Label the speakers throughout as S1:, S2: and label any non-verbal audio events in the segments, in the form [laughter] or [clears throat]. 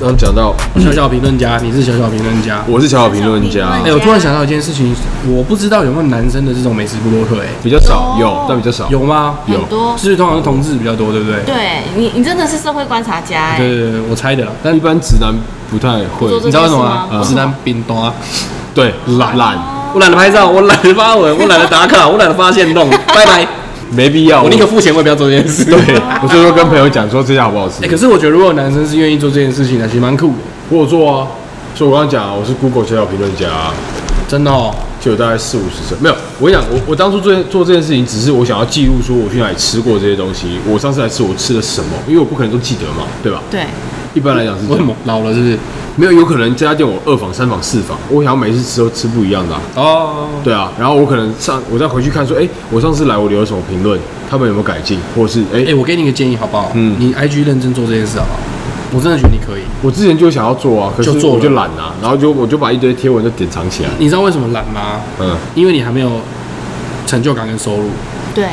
S1: 刚讲到，
S2: 小小评论家，你是小小评论家。
S1: 我是小小评论家，
S2: 哎、我突然想到一件事情，我不知道有没有男生的这种美食部落客、哎，
S1: 比较少，
S3: 有
S1: 有，但比较少。
S2: 有吗？
S1: 有
S3: 很多。
S2: 是通常是同志比较多，对不对？
S3: 对你，你真的是社会观察家哎、
S2: 对对对，我猜的啦。但
S1: 一般直男不太会
S3: 做，这
S2: 你知道为什么
S3: 是吗
S2: 吗？
S3: 嗯
S2: 直男冰冻啊！
S1: 对，
S2: 懒
S1: 懒，
S2: 我懒得拍照，我懒得发 [laughs] 文，我懒得打卡，我懒得发现动，拜拜！ [laughs]
S1: 没必要。
S2: 我宁可付钱，我也不要做这件事。
S1: 对，我最多跟朋友讲说这家好不好吃
S2: 哎、。可是我觉得如果男生是愿意做这件事情的，其实蛮酷的，
S1: 我有做啊，所以我刚刚讲啊，我是 Google 小小评论家啊，
S2: 真的哦。
S1: 就有大概四五十声。没有，我跟你讲，我我当初做做这件事情，只是我想要记录说我去哪里吃过这些东西，我上次来吃我吃了什么，因为我不可能都记得嘛，对吧？
S3: 对，
S1: 一般来讲是这
S2: 为什
S1: 样
S2: 么老了是不是？
S1: 没有，有可能这家店我二访、三访、四访，我想要每次吃都吃不一样的、啊。
S2: 哦，
S1: 对啊，然后我可能上我再回去看说，哎，我上次来我留了什么评论，他们有没有改进，或者是哎
S2: 哎、，我给你一个建议好不好？
S1: 嗯
S2: 你 IG 认真做这件事好不好？我真的觉得你可以。
S1: 我之前就想要做啊，可是
S2: 就做了
S1: 我就懒啊，然后就我就把一堆贴文都典藏起来。
S2: 你知道为什么懒吗？
S1: 嗯，
S2: 因为你还没有成就感跟收入。
S3: 对，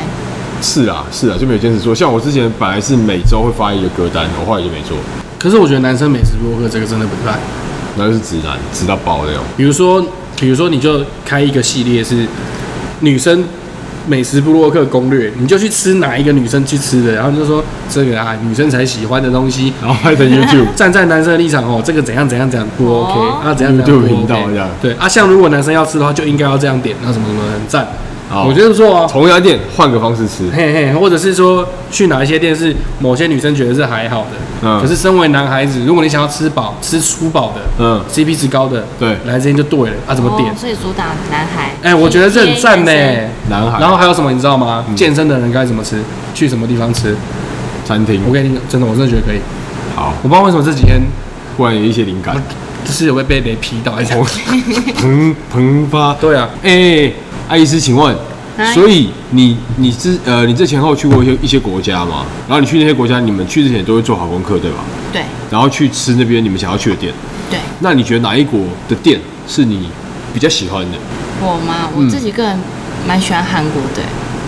S1: 是啊，是啊，就没有坚持做。像我之前本来是每周会发一个歌单，我后来就没做，
S2: 可是我觉得男生美食博客这个真的不赖。
S1: 然后就是直男直到爆那种。
S2: 比如说，比如说你就开一个系列是女生美食部落客攻略，你就去吃哪一个女生去吃的，然后你就说这个啊女生才喜欢的东西。
S1: 然后拍成 YouTube，
S2: 站在男生的立场哦，这个怎样怎样怎样不 OK，、
S3: 哦
S2: 啊怎样怎样
S1: YouTube
S2: 不 OK，
S1: 频道这样
S2: 对啊，像如果男生要吃的话，就应该要这样点，那什么什么很赞，
S1: 哦
S2: 我觉得不错啊。
S1: 同一家店换个方式吃，
S2: 嘿嘿，或者是说去哪一些店是某些女生觉得是还好的，
S1: 嗯
S2: 可是身为男孩子，如果你想要吃饱、吃粗饱的、
S1: 嗯
S2: CP 值高的，
S1: 对
S2: 来这边就对了啊，怎么点
S3: 哦？所以主打男孩。
S2: 哎、我觉得这很赞呢。
S1: 男孩，
S2: 然后还有什么你知道吗？
S1: 哎嗯
S2: 健身的人该怎么吃，去什么地方吃？
S1: 餐厅
S2: 我跟你真的，我真的觉得可以。
S1: 好，
S2: 我不知道为什么这几天
S1: 忽然有一些灵感，
S2: 就是有被被雷劈到，还是
S1: [laughs] 彭彭发，
S2: 对啊，
S1: 哎、爱丽丝，请问
S3: 嗨，
S1: 所以你你之呃你这前后去过一些一些国家嘛？然后你去那些国家，你们去之前都会做好功课对吧？
S3: 对
S1: 然后去吃那边你们想要去的店。
S3: 对，
S1: 那你觉得哪一国的店是你比较喜欢的？
S3: 我嘛，
S2: 嗯
S3: 我自己个人蛮喜欢韩国的，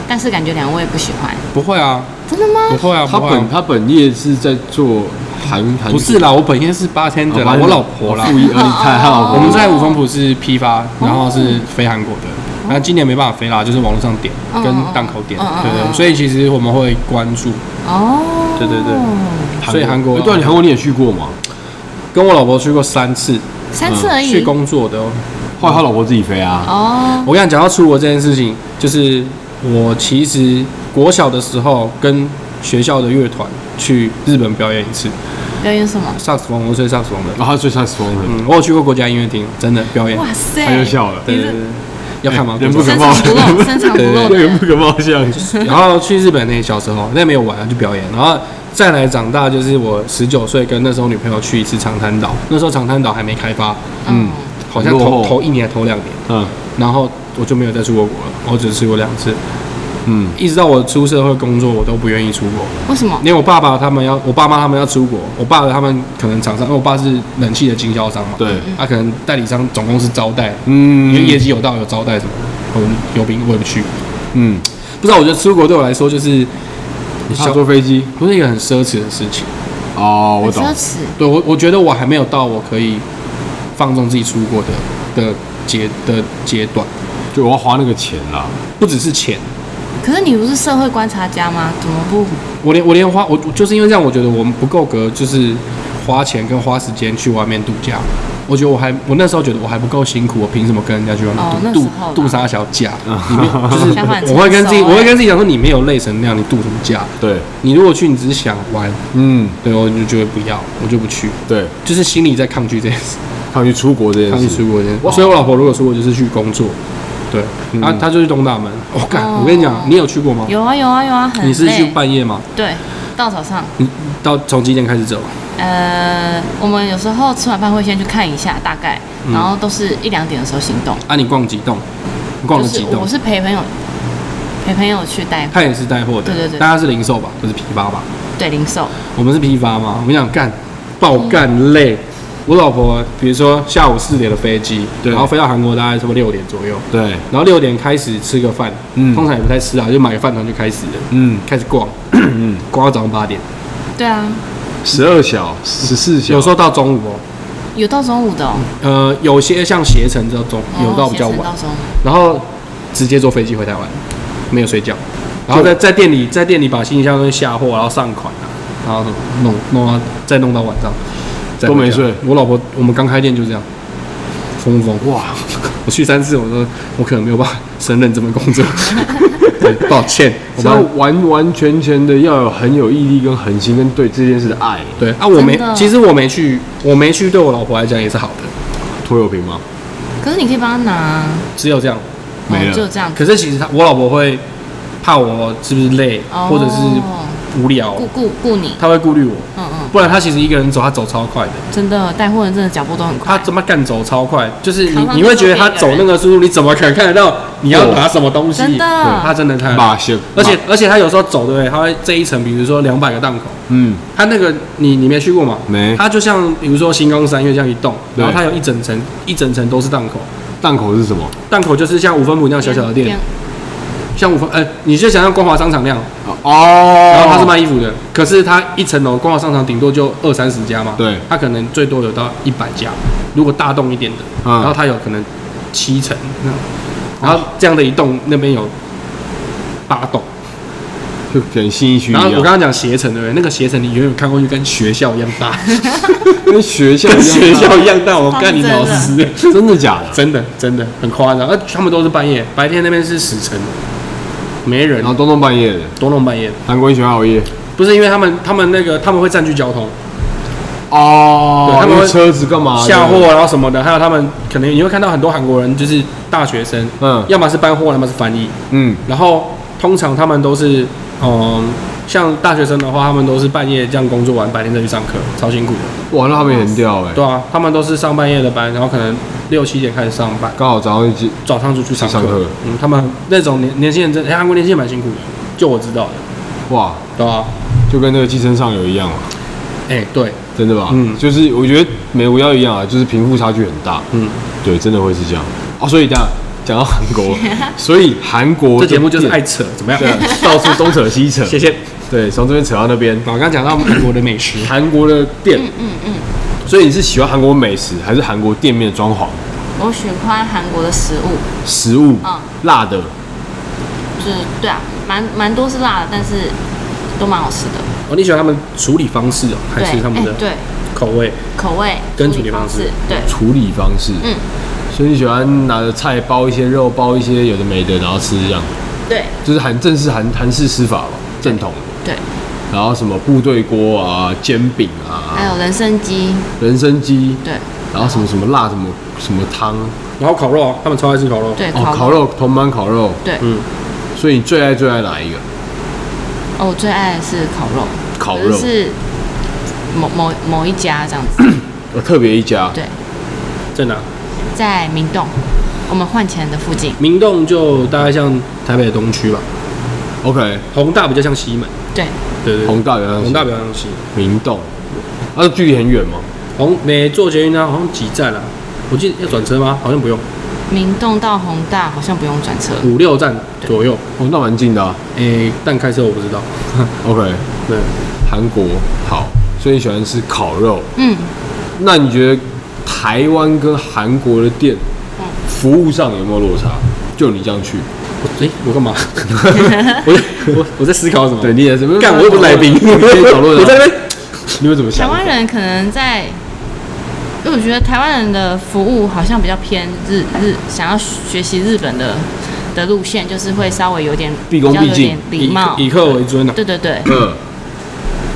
S3: 但是感觉两位不喜欢，
S2: 不会啊，
S3: 真的
S2: 不
S3: 吗？
S2: 会啊，
S1: 他
S2: 不会啊
S1: 本他本业是在做韩韩，
S2: 不是啦，我本业是八天的啦，我老婆啦
S1: 哦。副业，呃，你太他老
S2: 我
S1: 婆
S2: 们在五峰埔是批发，然后是飞韩国的。然后今年没办法飞啦，就是网络上点
S3: 嗯
S2: 跟档口点，
S3: 嗯嗯嗯
S2: 对
S3: 嗯
S2: 对。所以其实我们会关注，
S3: 哦，
S2: 对对
S3: 对，
S2: 所以韩国哦
S1: 哎对啊，你韩国你也去过嘛？
S2: 跟我老婆去过三次，
S3: 三次而已。
S2: 去工作的哦。
S1: 后来他老婆自己飞啊，
S3: 哦，
S2: 我跟你讲，讲到出国这件事情，就是我其实国小的时候跟学校的乐团去日本表演一次，
S3: 表演什么？
S2: 萨克斯风，我吹萨克斯风的。
S1: 啊然后他最他疯了，
S2: 嗯，我有去过国家音乐厅，真的表演，
S3: 哇塞！
S1: 他就笑了，
S2: 对对对，对要看吗？
S1: 人不可
S3: 深
S1: 貌
S3: 藏不
S1: 相，
S3: 露，深藏
S1: [laughs]
S3: 不露
S1: 人
S3: 的
S1: 不可貌相，
S2: 然后去日本那小时候，那没有玩啊，就表演。然后再来长大，就是我十九岁跟那时候女朋友去一次长滩岛，那时候长滩岛还没开发，
S3: 嗯，
S2: 好像
S1: 落
S2: 头
S1: 后
S2: 头一年还头两年，
S1: 嗯
S2: 然后我就没有再出过国了，我只去过两次，
S1: 嗯，
S2: 一直到我出社会工作，我都不愿意出国，
S3: 为什么？
S2: 连我爸爸他们要，我爸妈他们要出国，我爸他们可能厂商，因为我爸是冷气的经销商嘛，，
S1: 对，
S2: 他、可能代理商总公司招待，因
S1: 嗯
S2: 为业绩有到有招待什么，我们有病我也不去，
S1: 嗯，
S2: 不知道我觉得出国对我来说就是
S1: 你
S2: 小
S1: 想坐飞机？
S2: 不是一个很奢侈的事情。
S1: 哦，我懂，
S3: 很奢侈。
S2: 对我，我觉得我还没有到我可以放纵自己出国的的阶的阶段，
S1: 就我要花那个钱啦。
S2: [laughs] 不只是钱，
S3: 可是你不是社会观察家吗？怎么不？
S2: 我连我连花，我我就是因为这样，我觉得我们不够格，就是花钱跟花时间去外面度假。我觉得我还，我那时候觉得我还不够辛苦，我凭什么跟人家去外面
S3: 哦那
S2: 度、
S3: 时
S2: 度
S3: 候啦
S2: 度啥小
S3: [laughs]
S2: 假？你没有就是
S3: 想法很成熟
S2: 我会跟自己，
S3: 欸
S2: 我会跟自己讲说，你没有累成那样，你度什么假？
S1: 对，
S2: 你如果去，你只是想玩，
S1: 嗯，
S2: 对，我就觉得不要，我就不去，
S1: 对，
S2: 就是心里在抗拒这件事。
S1: 抗拒出国这
S2: 他
S1: 件
S2: 去
S1: 事。
S2: 出国先
S1: 哇，
S2: 所以我老婆如果出国就是去工作，对，
S1: 嗯
S2: 啊，她就去东大门。我干，
S3: 哦
S2: 我跟你讲，你有去过吗？
S3: 有啊有啊有啊，很累。
S2: 你是去半夜吗？
S3: 对，到早上。
S2: 你到从几点开始走？
S3: 呃，我们有时候吃完饭会先去看一下大概，
S2: 嗯
S3: 然后都是一两点的时候行动。
S2: 啊，你逛几栋？你逛
S3: 就
S2: 了
S3: 是
S2: 几栋嗯
S3: 我？是陪朋友陪朋友去带
S2: 他也是带货的，
S3: 对对对
S2: 大家是零售吧，不是批发吧？
S3: 对零售，
S2: 我们是批发嘛。我跟你讲，干爆
S3: 嗯
S2: 干累。我老婆，比如说下午四点的飞机，
S1: 对
S2: 然后飞到韩国大概差不多六点左右，
S1: 对，
S2: 然后六点开始吃个饭，
S1: 嗯
S2: 通常也不太吃啊，就买个饭团就开始了，
S1: 嗯
S2: 开始逛，
S1: 嗯，
S2: 逛到早上八点。
S3: 对啊，
S1: 十二小、十四小，
S2: 有时候到中午哦，
S3: 有到中午的哦，
S2: 呃，有些像携程这种嗯有到比较
S3: 哦
S2: 晚
S3: 携程，到中午。
S2: 然后直接坐飞机回台湾，没有睡觉，然后在在店里在店里把行李箱下货，然后上款啊，然后弄弄到再弄到晚上，再
S1: 都
S2: 回家
S1: 没睡。
S2: 我老婆我们刚开店就这样，疯疯哇！我去三次，我说我可能没有办法胜任这份
S3: [laughs]
S2: 工作，对，抱歉，我
S1: 这
S2: 把
S1: 完完全全的要有很有毅力、跟恒心、跟对这件事的爱。
S2: 对啊，我没
S3: 真的，
S2: 其实我没去，我没去，对我老婆来讲也是好的，
S1: 拖油瓶吗？
S3: 可是你可以帮他拿啊，
S2: 只有这样。
S1: 没了
S3: 哦，就这样。
S2: 可是其实她我老婆会怕我是不是累，
S3: 哦
S2: 或者是无聊，
S3: 顾顾顾你，
S2: 她会顾虑我。
S3: 嗯嗯，
S2: 不然他其实一个人走，他走超快的，
S3: 真的带货人真的脚步都很
S2: 他
S3: 快。
S2: 怎么干走超快？就是你
S3: 常常
S2: 你会觉得他走那个速度，你怎么可能看得到你要拿什么东西？
S3: 真的
S2: 对他真的看得到。
S1: 马修，
S2: 嗯而且而且他有时候走对不对？他会这一层，比如说两百个档口，
S1: 嗯，
S2: 他那个你你没去过吗？
S1: 没
S2: 他就像比如说星光三月这样一栋，
S1: 对
S2: 然后它有一整层一整层都是档口，
S1: 档口是什么？
S2: 档口就是像五分埔那样小小的店，像五分呃，你就想象光华商场那样，
S1: 哦，
S2: 然
S1: 然
S2: 后他是卖衣服的，可是他一层楼光华商场顶多就二三十家嘛，
S1: 对
S2: 他可能最多有到一百家，如果大栋一点的，
S1: 嗯
S2: 然后他有可能七层那样，然后这样的一栋那边有八栋，
S1: 就跟新一区一
S2: 然后我刚
S1: 样，
S2: 刚讲携程对不对？那个携程你远远看过去跟学校一样大， [laughs]
S1: 跟学校一
S2: 跟
S1: 样。
S2: 学校一样大，我
S3: 当
S2: 干你
S3: 真
S2: 老
S3: 的
S2: 师，
S1: 真的假的？
S2: 真的真的很夸张，而啊他们都是半夜，白天那边是死城，没人
S1: 然，后东东半夜的，
S2: 多弄半夜，
S1: 韩国人喜欢熬夜
S2: 不是因为他们他们那个他们会占据交通。
S1: 哦
S2: 对他
S1: 他
S2: 们会
S1: 们车子干嘛？
S2: 下货，然后什么的，还有他们可能你会看到很多韩国人就是大学生，
S1: 嗯
S2: 要么是搬货，要么是翻译，
S1: 嗯，
S2: 然后通常他们都是，嗯，像大学生的话，他们都是半夜这样工作完，白天再去上课，超辛苦的。
S1: 哇，那他们也很屌哎，
S2: 对啊，他们都是上半夜的班，然后可能六七点开始上班，
S1: 刚好早上一起
S2: 早上就去上课。
S1: 上课
S2: 嗯，他们那种年年轻人真，哎、韩国年轻人蛮辛苦的，就我知道的，
S1: 哇，
S2: 对啊，
S1: 就跟那个寄生上流一样嘛，啊
S2: 哎、对，
S1: 真的吧？
S2: 嗯
S1: 就是我觉得美国要一样啊，就是贫富差距很大，
S2: 嗯，
S1: 对，真的会是这样。哦，所以这样讲到韩
S2: [laughs]
S1: 国，所以韩国
S2: 这节目
S1: 的
S2: 就是
S1: 店
S2: 爱扯，怎么
S1: [laughs]
S2: 样？
S1: 对，啊到处东扯西扯，
S2: [laughs] 谢谢。
S1: 对，从这边扯到那边。
S2: 我刚刚讲到韩国的美食，
S1: 韩国的店，
S3: 嗯嗯嗯，
S1: 所以你是喜欢韩国美食，还是韩国店面的装潢、
S3: 我喜欢韩国的食物，
S1: 食物、
S3: 嗯
S1: 辣的？
S3: 就是对啊，蛮蛮多是辣的，但是都蛮好吃的。
S2: 哦，你喜欢他们处理方式哦，还
S3: 对，
S2: 是他们的
S3: 哎对
S2: 口味？
S3: 口味
S2: 跟
S3: 处
S2: 处理
S3: 理
S2: 方式
S3: 式，对，
S1: 处理方式，
S3: 嗯，
S1: 所以你喜欢拿着菜包一些肉，包一些有的没的，然后吃这样，
S3: 对
S1: 就是韩正式韩韩式吃法吧，正统的。
S3: 对，
S1: 然后什么部队锅啊、煎饼
S3: 还
S1: 啊、
S3: 有人参鸡，
S1: 人参鸡，
S3: 对
S1: 然后什么什么辣什么什么汤，
S2: 然后烤肉啊，他们超爱吃烤肉。，
S3: 对
S1: 哦，烤肉铜板烤肉，
S3: 对，
S2: 嗯，
S1: 所以你最爱最爱哪一个？
S3: 哦，我最爱的是烤肉，
S1: 烤
S3: 可
S1: 肉
S3: 是，是某某某一家这样子，
S1: [clears throat] 我哦特别一家，
S3: 对，
S2: 在哪？
S3: 在明洞，我们换钱的附近，
S2: 明洞就大概像台北的东区吧，
S1: ，OK，
S2: 宏大比较像西门。
S3: 对，
S2: 对对
S1: 宏大原来
S2: 宏大比较像西门。
S1: 明洞，啊，距离很远吗？
S2: 宏每坐捷运呢，好像几站啊？我记得要转车吗？好像不用，
S3: 明洞到宏大好像不用转车，嗯
S2: 五六站左右。
S1: 哦，那蛮近的啊。
S2: 诶、但开车我不知道。
S1: OK，
S2: 对，
S1: 韩国好，所以你喜欢吃烤肉。
S3: 嗯，
S1: 那你觉得台湾跟韩国的店，
S3: 嗯
S1: 服务上有没有落差？就你这样去，
S2: 我诶、我干嘛？ [laughs] 我在我 [laughs] 我在思考什么？
S1: 对，你也是，
S2: 哦干我又不是来宾，
S1: 你可以讨论啊。
S2: 我在那边。
S1: 你会怎么
S3: 台
S1: 想？
S3: 湾人可能在。因为我觉得台湾人的服务好像比较偏日日，想要学习日本的的路线，就是会稍微有点
S1: 毕恭
S3: 比较
S1: 毕
S3: 有
S1: 敬
S3: 点礼貌，
S2: 以以客为尊啊。
S3: 对对对，
S1: 嗯，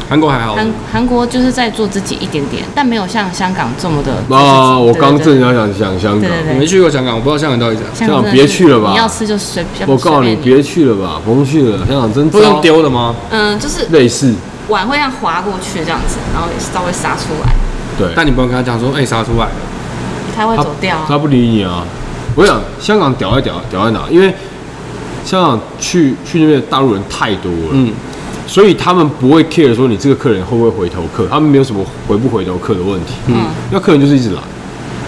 S2: 韩国还好，
S3: 韩韩国就是在做自己一点点，但没有像香港这么的。
S1: 那哦我刚
S3: 对
S1: 正
S3: 对
S1: 要想想香港
S3: 对，对
S2: 我
S3: 对
S2: 没去过香港，我不知道香港到底怎样。
S3: 香
S1: 香港
S3: 真的
S1: 别
S3: 是
S1: 去了吧
S3: 你要吃就随便。
S1: 我告诉你，
S3: 随便
S1: 别去了吧，甭去了，香港真
S2: 不用
S1: 糟。
S2: 丢的吗？
S3: 嗯，就是
S1: 类似，
S3: 碗会这样滑过去这样子，然后稍微洒出来，
S1: 对，
S2: 但你不用跟他讲说，哎、杀出来了。
S3: 它会
S1: 他
S3: 走掉啊。
S1: 他不理你啊！我想香港屌在屌屌在哪？因为香港去去那边的大陆人太多了，
S2: 嗯，
S1: 所以他们不会 care 说你这个客人会不会回头客，他们没有什么回不回头客的问题。
S3: 嗯，
S1: 那客人就是一直来，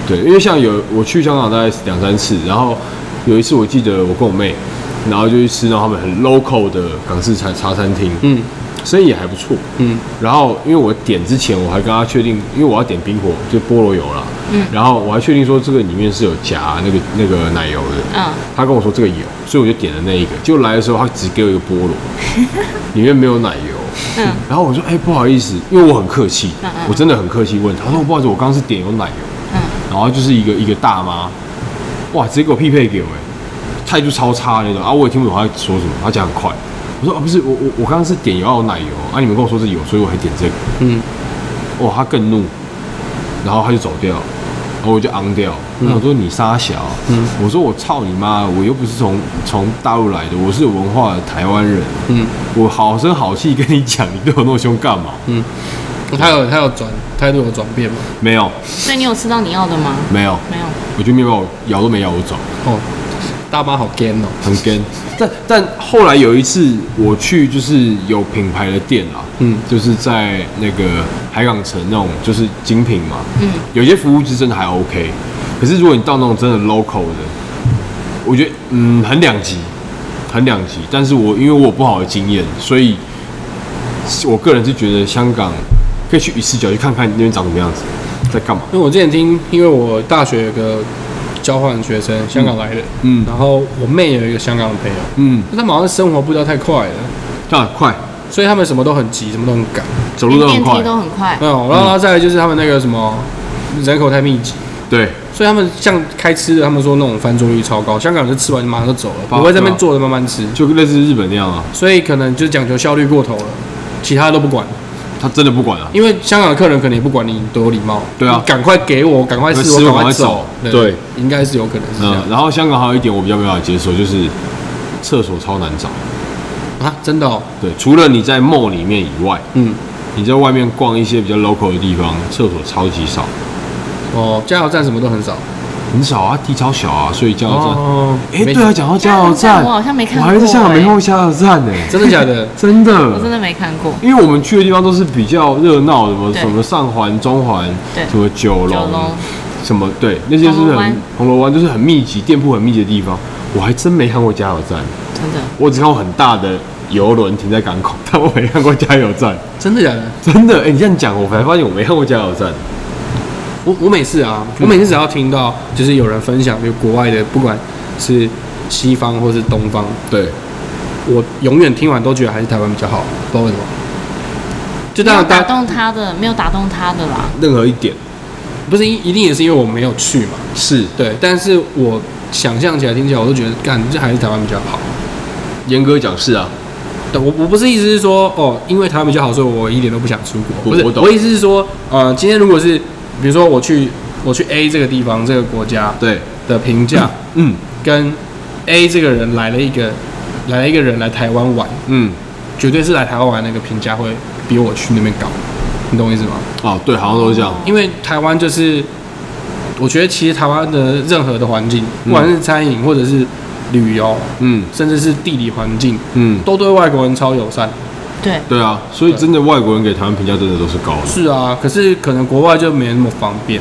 S1: 对，因为像有我去香港大概两三次，然后有一次我记得我跟我妹，然后就去吃到他们很 local 的港式茶茶餐厅，
S2: 嗯，
S1: 生意也还不错。
S2: 嗯，
S1: 然后因为我点之前我还跟他确定，因为我要点冰火就菠萝油啦，
S3: 嗯
S1: 然后我还确定说这个里面是有夹那个那个奶油的，
S3: 嗯，
S1: 他跟我说这个有，所以我就点了那一个，就来的时候他只给我一个菠萝，
S3: [laughs]
S1: 里面没有奶油。
S3: 嗯
S1: 然后我说哎、不好意思，因为我很客气
S3: 嗯嗯，
S1: 我真的很客气问他，他说不好意思，我刚刚是点有奶油，
S3: 嗯，
S1: 然后就是一个一个大妈，哇，直接给我匹配给我哎。态度超差的那种啊，我也听不懂他在说什么，他讲很快。我说啊，不是我我我刚刚是点油要有奶油啊，你们跟我说是有，所以我还点这个。
S2: 嗯，
S1: 哇，他更怒，然后他就走掉，然后我就昂掉。我想说你傻小，
S2: 嗯
S1: 我说我操你妈，我又不是从从大陆来的，我是有文化的台湾人，
S2: 嗯
S1: 我好声好气跟你讲，你对我那么凶干嘛？
S2: 嗯，他有他有转态度有转变吗？
S1: 没有，
S3: 所以你有吃到你要的吗？
S1: 没有，
S3: 没有，
S1: 我就面包咬都没咬，我走。
S2: 哦，大妈好 gay 哦，
S1: 很跟。但但后来有一次我去就是有品牌的店啦，
S2: 嗯
S1: 就是在那个海港城那种就是精品嘛，
S3: 嗯，
S1: 有些服务是真的还 OK，可是如果你到那种真的 local 的，我觉得嗯很两极，很两极。但是我因为我有不好的经验，所以我个人是觉得香港可以去一次脚去看看那边长什么样子，在干嘛。
S2: 因为我之前听，因为我大学有个交换学生，香港来的，
S1: 嗯
S2: 然后我妹有一个香港的朋友，
S1: 嗯，
S2: 他们好像生活步调太快了，
S1: 啊快，
S2: 所以他们什么都很急，什么都很赶。
S1: 走路
S3: 连
S1: 都很
S3: 电
S1: 快嗯
S3: 梯，都很快，
S2: 没有，然后再来就是他们那个什么人口太密集，
S1: 对，
S2: 所以他们像开吃的，他们说那种翻桌率超高，香港人就吃完就马上就走了，
S1: 啊
S2: 不会在那边坐着慢慢吃，
S1: 就类似日本那样啊，
S2: 所以可能就讲求效率过头了，其他都不管，
S1: 他真的不管啊。
S2: 因为香港的客人可能也不管你多有礼貌，
S1: 对啊
S2: 你赶快给我，赶快吃，
S1: 吃
S2: 我
S1: 我
S2: 赶
S1: 赶快
S2: 走
S1: 走，对，
S2: 应该是有可能是
S1: 嗯，
S2: 这样
S1: 然后香港还有一点我比较没办法接受，就是厕所超难找。嗯
S2: 啊，真的哦，
S1: 对，除了你在 mall 里面以外，
S2: 嗯，
S1: 你在外面逛一些比较 local 的地方，厕所超级少，
S2: 哦，加油站什么都很少，
S1: 很少啊，地超小啊，所以加油站。
S2: 哦，
S1: 哎、
S2: 没
S1: 对啊，讲到加油
S3: 加油
S1: 站，
S3: 站我好像没看过
S1: 我还在香港没看过加油站呢、
S2: [laughs] 真的假的？
S1: 真
S3: 我真
S1: 的。
S3: 的没看过。
S1: 因为我们去的地方都是比较热闹，什么
S3: 对
S1: 什么上环、中环
S3: 对，
S1: 什么九
S3: 九
S1: 龙，
S3: 龙
S1: 什么对，那些是
S3: 铜锣湾
S1: 很红楼湾，就是很密集、店铺很密集的地方。我还真没看过加油站。
S3: 真的，
S1: 我只看过很大的游轮停在港口，但我没看过加油站。 [laughs]
S2: 真的假的？
S1: 真的，哎、你这样讲，我才发现我没看过加油站。
S2: 我我每次啊，我每次只要听到就是有人分享，就国外的，不管是西方或是东方，
S1: 对，
S2: 我永远听完都觉得还是台湾比较好，不知道为什么。就
S3: 没
S2: 当
S3: 有
S2: 然
S3: 打
S2: 大
S3: 动他的，没有打动他的啦。
S1: 任何一点
S2: 不是一一定也是因为我没有去嘛，
S1: 是
S2: 对。但是我想象起来、听起来，我都觉得干这还是台湾比较好。
S1: 严格讲是啊，
S2: 对，我我不是意思是说哦，因为台湾比较好，所以我一点都不想出国。
S1: 我
S2: 不是，
S1: 我懂
S2: 我意思是说，呃，今天如果是比如说我去我去 A 这个地方这个国家
S1: 对，
S2: 的
S1: [clears throat]
S2: 评价。
S1: 嗯
S2: 跟 A 这个人来了一个来了一个人来台湾玩，
S1: 嗯，
S2: 绝对是来台湾玩那个评价会比我去那边高，你懂我意思吗？
S1: 哦，对，好像都是这样。
S2: 因为台湾就是，我觉得其实台湾的任何的环境，不管是餐饮或者是旅游，
S1: 嗯
S2: 甚至是地理环境，
S1: 嗯，
S2: 都对外国人超友善。
S3: 对，
S1: 对啊，所以真的外国人给台湾评价真的都是高的。
S2: 是啊，可是可能国外就没那么方便，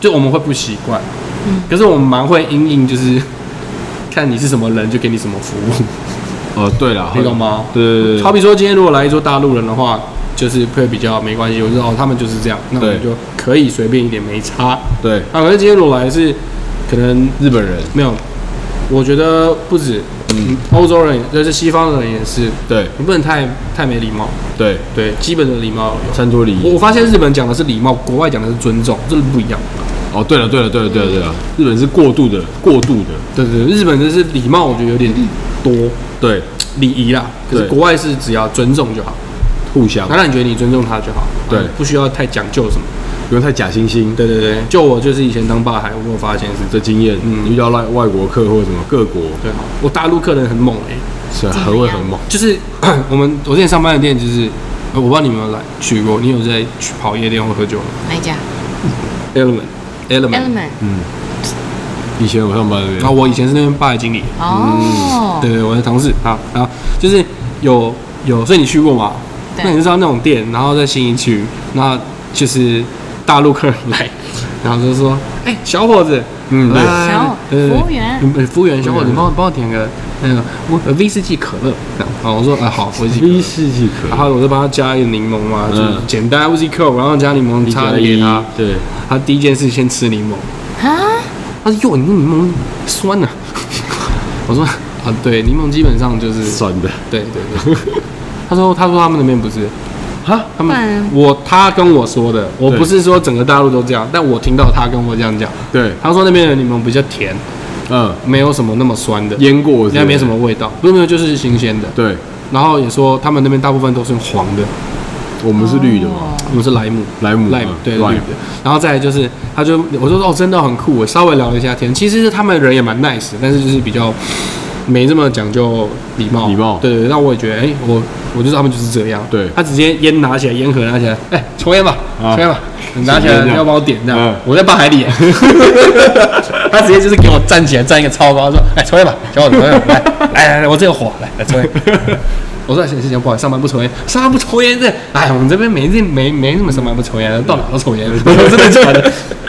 S2: 就我们会不习惯。
S3: 嗯
S2: 可是我们蛮会因应，就是 [laughs] 看你是什么人，就给你什么服务。
S1: 哦，对了，
S2: 你懂吗
S1: 对对对对，
S2: 好比说，今天如果来一桌大陆人的话，就是会比较没关系。我知道哦，他们就是这样，那我们
S1: 对
S2: 就可以随便一点，没差。啊，
S1: 对
S2: 可是今天如果来是可能
S1: 日本人，
S2: 没有，我觉得不止，嗯，欧洲人就是西方人也是，
S1: 对
S2: 你不能太太没礼貌，
S1: 对，
S2: 对，基本的礼貌有。
S1: 餐桌礼
S2: 我
S1: 仪
S2: 我。发现日本讲的是礼貌，国外讲的是尊重，这是不一样。
S1: 哦，对了对了对了对了对了，日本是过度的，过度的，
S2: 对对，对日本就是礼貌，我觉得有点多
S1: 对，
S2: 礼仪啦。可是
S1: 对
S2: 国外是只要尊重就好，
S1: 互相
S2: 那让你觉得你尊重他就好，啊
S1: 对
S2: 不需要太讲究什么。
S1: 不用太假惺惺
S2: 对对对，就我就是以前当霸海，我有发现是这，
S1: 的经验。
S2: 嗯
S1: 遇到外外国客或者什么各国，
S2: 对，我大陆客人很猛哎、
S1: 是啊
S3: 怎么
S1: 很会
S3: 样
S1: 很猛。
S2: 就是 [coughs] 我们我之前上班的店，就是呃我不知道你们有没有来去过，你有在去跑夜店或喝酒吗
S3: 哪一家
S2: ？Element
S1: 嗯
S2: Element，
S3: ？Element
S1: 以前我上班那
S2: 然后
S1: 边，
S2: 我以前是那边霸的经理，
S1: 嗯
S3: 哦，
S2: 对对，我的同事啊，然后就是有有，所以你去过吗？
S3: 对
S2: 那你就知道那种店，然后在新一区，那就是大陆客人来，然后就说：“哎、小伙子，
S1: 嗯
S2: 来
S1: 对
S2: 来来
S3: 小
S2: 对对对
S3: 服务员
S2: 嗯对服务员小伙
S1: 服务
S2: 子，
S1: 员
S2: 帮我帮我点个那个我呃威士忌可乐，这样好，我说啊、好，威士忌可
S1: 威
S2: 乐。
S1: 士忌可
S2: 然
S1: 乐，
S2: 后我就帮他加一个柠檬嘛，就是
S1: 嗯
S2: 简单 whisky coke，然后加柠檬
S1: 加
S2: 茶给他。
S1: 啊对，
S2: 他第一件事先吃柠檬，
S3: 啊，
S2: 他说：“哟，你那柠檬酸呐、啊我说：“啊，对，柠檬基本上就是
S1: 酸的，
S2: 对对对。他说：“他说他们那边不是，
S1: 哈，
S2: 他
S3: 不然
S2: 们我他跟我说的，我
S1: 对
S2: 不是说整个大陆都这样，但我听到他跟我这样讲，
S1: 对，
S2: 他说那边的柠檬比较甜，
S1: 嗯，
S2: 没有什么那么酸的，
S1: 腌过
S2: 应该没什么，味道，不是没有就是新鲜的。
S1: 对
S2: 然后也说他们那边大部分都是用黄的，
S1: 我们是绿的嘛，
S2: 我们是莱姆。”
S1: 哦莱姆嘛，
S2: 赖对对
S1: 莱
S2: 对
S1: 姆，，
S2: 然后再来就是，他就我就说哦，真的很酷。我稍微聊了一下天，其实他们人也蛮 nice，的但是就是比较没这么讲究礼貌。
S1: 礼貌
S2: 对对。对那我也觉得，哎、我我就是他们就是这样。
S1: 对
S2: 他直接烟拿起来，烟盒拿起来，哎、抽烟吧，
S1: 啊
S2: 抽烟吧，你拿起
S1: 抽
S2: 来
S1: 烟这样
S2: 要帮我点这样。
S1: 嗯
S2: 我在吧台里， [laughs] 他直接就是给我站起来，站一个超高，说，哎、抽烟吧，小伙子，抽烟吧，来来来来，我这有火，来来抽烟。我说行行行，不好意思，上班不抽烟，上班不抽烟这，哎，我们这边没这没没什么上班不抽烟的，到哪都抽 [laughs] 烟，我真的假的？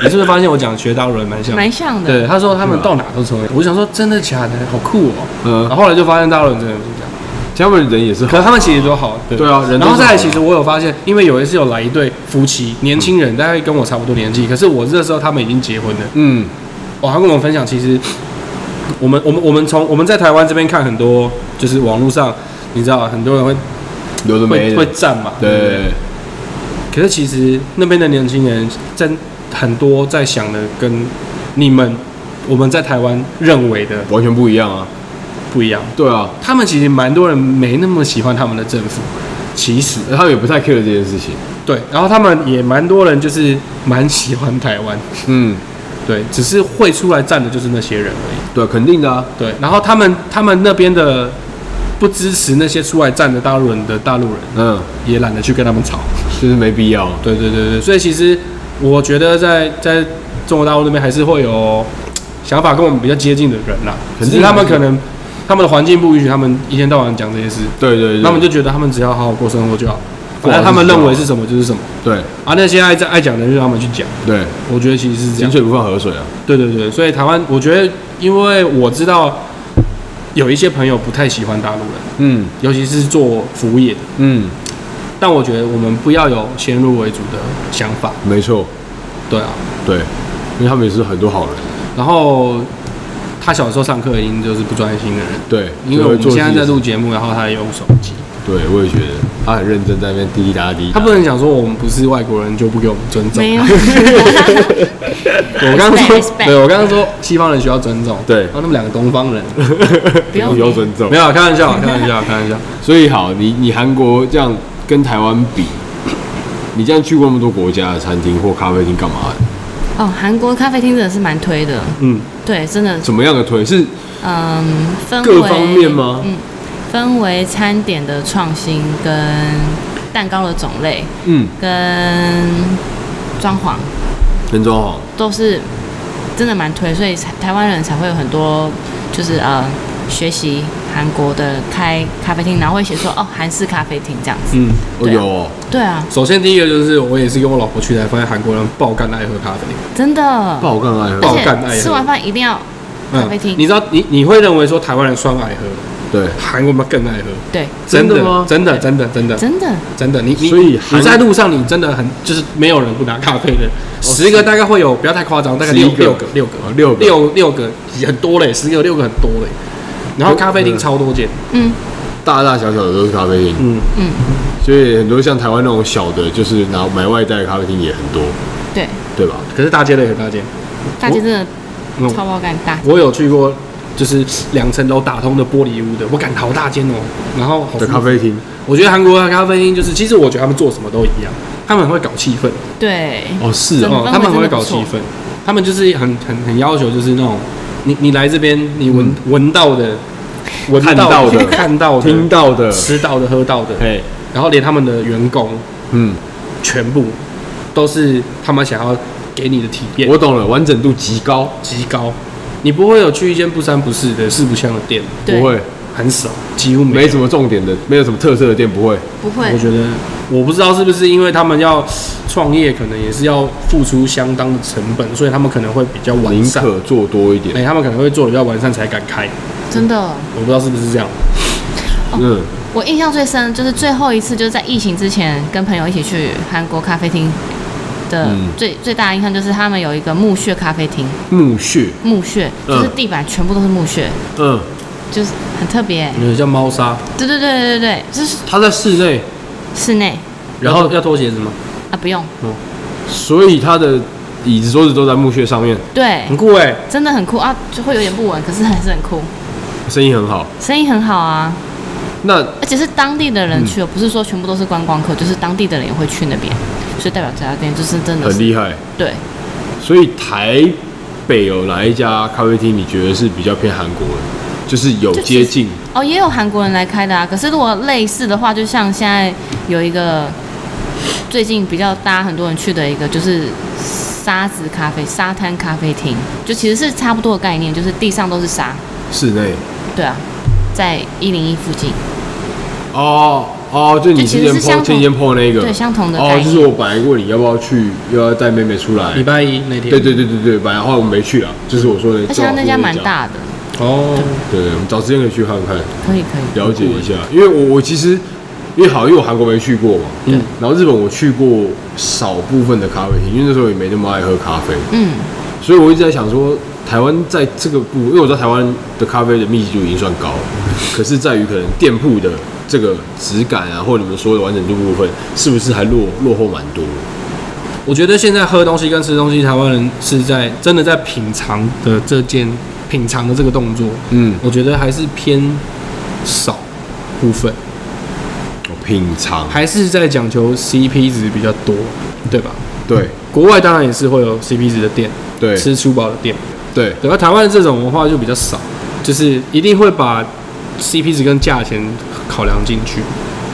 S2: 你是不是发现我讲学大陆人蛮像的？
S3: 蛮像的。
S2: 对，他说他们到哪都抽烟，我就想说真的假的，好酷哦。
S1: 嗯
S2: 然后后来就发现大陆人真的不是这样，
S1: 他们人也是
S2: 可
S1: 很，
S2: 是他们其实都好，对
S1: 对啊人都
S2: 然后
S1: 是好
S2: 再
S1: 的
S2: 来，其实我有发现，因为有一次有来一对夫妻，年轻人，大概跟我差不多年纪，可是我那时候他们已经结婚了。
S1: 嗯，
S2: 哦，他跟我们分享，其实我们我们我们从我们在台湾这边看很多，就是网络上，你知道很多人会
S1: 留着没
S2: 会
S1: 的
S2: 会站嘛，
S1: 对
S2: 不
S1: 对，对
S2: 可是其实那边的年轻人在很多在想的跟你们我们在台湾认为的
S1: 完全不一样啊，
S2: 不一样，
S1: 对啊，
S2: 他们其实蛮多人没那么喜欢他们的政府，其实
S1: 他们也不太 care 这件事情，
S2: 对，然后他们也蛮多人就是蛮喜欢台湾，
S1: 嗯，
S2: 对，只是会出来站的就是那些人而已。
S1: 对，肯定的啊，
S2: 对，然后他们他们那边的不支持那些出来站的大陆人的大陆人，
S1: 嗯，
S2: 也懒得去跟他们吵。
S1: 就是没必要，
S2: 对对对对，所以其实我觉得在在中国大陆那边还是会有想法跟我们比较接近的人啦，
S1: 肯定
S2: 只是他们
S1: 还是
S2: 可能他们的环境不允许他们一天到晚讲这些事，
S1: 对对对，
S2: 他们就觉得他们只要好好过生活就好，
S1: 过
S2: 反正
S1: 好
S2: 他们
S1: 日子就
S2: 认为
S1: 好
S2: 是什么就是什么
S1: 对
S2: 啊。那些爱在爱讲的人就让他们去讲，
S1: 对，
S2: 我觉得其实是这
S1: 井。
S2: 样
S1: 水不犯河水啊，
S2: 对对对，所以台湾，我觉得，因为我知道有一些朋友不太喜欢大陆人，
S1: 嗯
S2: 尤其是做服务业的。
S1: 嗯，
S2: 但我觉得我们不要有先入为主的想法，
S1: 没错，
S2: 对啊。
S1: 对，因为他们也是很多好人，
S2: 然后他小时候上课已经就是不专心的人，
S1: 对，
S2: 因为我
S1: 就
S2: 们
S1: 会做自己
S2: 现在在
S1: 的事啊
S2: 录，节目，然后他也用手机，
S1: 对我也觉得他很认真在那边滴滴答答滴，
S2: 他不能讲说我们不是外国人就不给我们尊重。
S3: 没有，
S2: [laughs] 我刚刚说
S3: respect，respect
S2: 对我刚刚说西方人需要尊重，
S1: 对
S2: 然后他们两个东
S1: [laughs]
S2: 方人，
S3: 不
S1: [laughs]
S3: 用
S1: 有尊重
S2: 没，有啊开玩笑，开玩笑，开玩笑。
S1: 所以好，你你韩国这样跟台湾比，你这样去过那么多国家的餐厅或咖啡厅干嘛的？
S3: [laughs] 哦，韩国咖啡厅真的是蛮推的，
S2: 嗯，
S3: 对，真的，
S1: 怎么样的推是
S3: 嗯，氛围
S1: 各方面吗
S3: 嗯，氛围、餐点的创新跟蛋糕的种类
S1: 嗯，
S3: 跟装潢
S1: 人装潢，哦
S3: 都是真的蛮推，所以才台湾人才会有很多就是呃学习韩国的开咖啡厅，然后会写说哦韩式咖啡厅这样子，
S2: 嗯，
S1: 哦
S3: 对啊
S1: 有哦，
S3: 对啊，
S2: 首先第一个就是我也是跟我老婆去才发现韩国人爆干爱喝咖啡，
S3: 真的，
S1: 哦爆哎干爱
S2: 爆
S1: 喝，
S3: 而
S2: 干爱
S3: 且
S2: 喝
S3: 吃完饭一定要咖啡厅
S2: 嗯你知道你你会认为说台湾人算爱喝，
S1: 对，
S2: 韩国人更爱喝，
S3: 对，
S1: 真的
S2: 的
S1: 吗
S2: 真的真的真的
S3: 真的
S2: 真的，你你
S1: 所以韩
S2: 你在路上你真的很就是没有人不拿咖啡的，十个大概会有，不要太夸张，大概
S1: 哦十一
S2: 六
S1: 个
S2: 六个六个
S1: 哦六个
S2: 六六个很多嘞，十个六个很多嘞。然后咖啡厅超多间，
S3: 嗯
S1: 大大小小的都是咖啡厅，
S2: 嗯，
S3: 嗯，
S1: 所以很多像台湾那种小的，就是拿买外带的咖啡厅也很多，
S3: 对，
S1: 对吧？
S2: 可是大街的也很大街。
S3: 大街真的
S2: 我
S3: 超爆干大，
S2: 我有去过，就是两层楼打通的玻璃屋的，我感好大间哦。然后好
S1: 的
S2: 舒
S1: 咖
S2: 服
S1: 啡厅，
S2: 我觉得韩国的咖啡因就是，其实我觉得他们做什么都一样，他们很会搞气氛，
S3: 对，
S1: 哦是
S3: 真
S1: 哦，
S3: 的
S2: 哦，
S3: 氛
S2: 他们
S3: 围
S2: 很会
S3: 真的
S2: 搞
S3: 不
S2: 气
S3: 错
S2: 氛，他们就是很很很要求，就是那种你你来这边，你闻闻、到的、闻
S1: 嗯看到的
S2: 的、 [laughs] 看到的、
S1: 听到的，
S2: 吃到的、喝到的，
S1: 哎，
S2: 然后连他们的员工
S1: 嗯，
S2: 全部都是他们想要给你的体验
S1: 我懂了，完整度极高，
S2: 极高，你不会有去一间不三不四的、四不像的店，
S3: 对
S1: 不会
S2: 很少，几乎没
S1: 没
S2: 有
S1: 什。么重点的，没有什么特色的店不会，
S3: 不会
S2: 我，觉得我不知道是不是因为他们要创业，可能也是要付出相当的成本，所以他们可能会比较完
S1: 宁
S2: 善。
S1: 可做多一点
S3: 哎
S2: 哎、。他们可能会做的比较完善才敢开。
S3: 真的。
S2: 我不知道是不是这样。
S1: 嗯，
S3: 我印象最深就是最后一次，就是在疫情之前跟朋友一起去韩国咖啡厅的
S1: 嗯
S3: 最、最大印象就是他们有一个木屑咖啡厅，
S1: 墓穴，
S3: 木屑
S1: 嗯
S3: 就是地板全部都是木屑，
S1: 嗯，
S3: 就是很特别、
S2: 有点像猫砂，
S3: 对对对对对对，就是
S1: 他在室内，
S3: 室内
S2: 然后要脱鞋子吗？
S3: 啊，不用，
S1: 所以他的椅子、桌子都在墓穴上面，
S3: 对，
S1: 嗯
S2: 很酷哎、
S3: 真的很酷啊，就会有点不稳，可是还是很酷，
S1: 生意很好。
S3: 生意很好啊，
S1: 那
S3: 而且是当地的
S1: 嗯
S3: 人去哦，不是说全部都是观光客，就是当地的人也会去那边，所以代表这家店就是真的
S1: 很
S3: 是
S1: 厉害。
S3: 对。
S1: 所以台北有哪一家咖啡厅你觉得是比较偏韩国的？就是有
S3: 就
S1: 接
S3: 其实
S1: 近
S3: 哦，也有韩国人来开的啊。可是如果类似的话，就像现在有一个最近比较大家很多人去的一个，就是沙子咖啡、沙滩咖啡厅，就其实是差不多的概念，就是地上都是沙。
S1: 室内
S3: 对啊，
S1: 嗯
S3: 在一零一附近，
S1: 哦哦，就你
S3: 哎就其
S1: 之
S3: 实
S1: 前
S3: 是
S1: PO
S3: 相同
S1: 之前 PO 那个
S3: 对，相同的概
S1: 哦，就是
S3: 念。嗯
S1: 我本来问你要不要去，又要带妹妹出来
S2: 礼，拜一那天。
S1: 对对对对对，本来后来我们没去啊，就是我说的，
S3: 而且他那家蛮大的，
S2: 哦，
S1: 对，对，我们找时间可以去看看，
S3: 可以可以。
S1: 了解一下，因为我我其实因为好，因为我韩国没去过嘛，
S2: 嗯，
S1: 然后日本我去过少部分的咖啡厅，因为那时候也没那么爱喝咖啡，
S3: 嗯，
S1: 所以我一直在想说，台湾在这个部，因为我知道台湾的咖啡的密集度已经算高了，
S2: 嗯
S1: 可是在于可能店铺的这个质感啊，或者你们说的完整度部分，是不是还落落后蛮多？
S2: 我觉得现在喝东西跟吃东西，台湾人是在真的在品尝的这件品尝的这个动作，
S1: 嗯，
S2: 我觉得还是偏少部分，
S1: 哦品尝
S2: 还是在讲求 CP 值比较多，对吧？
S1: 对
S2: 国外当然也是会有 CP 值的店，
S1: 对
S2: 嗯吃粗饱的店，
S1: 对
S2: 对，而台湾这种文化就比较少，就是一定会把 CP 值跟价钱考量进去，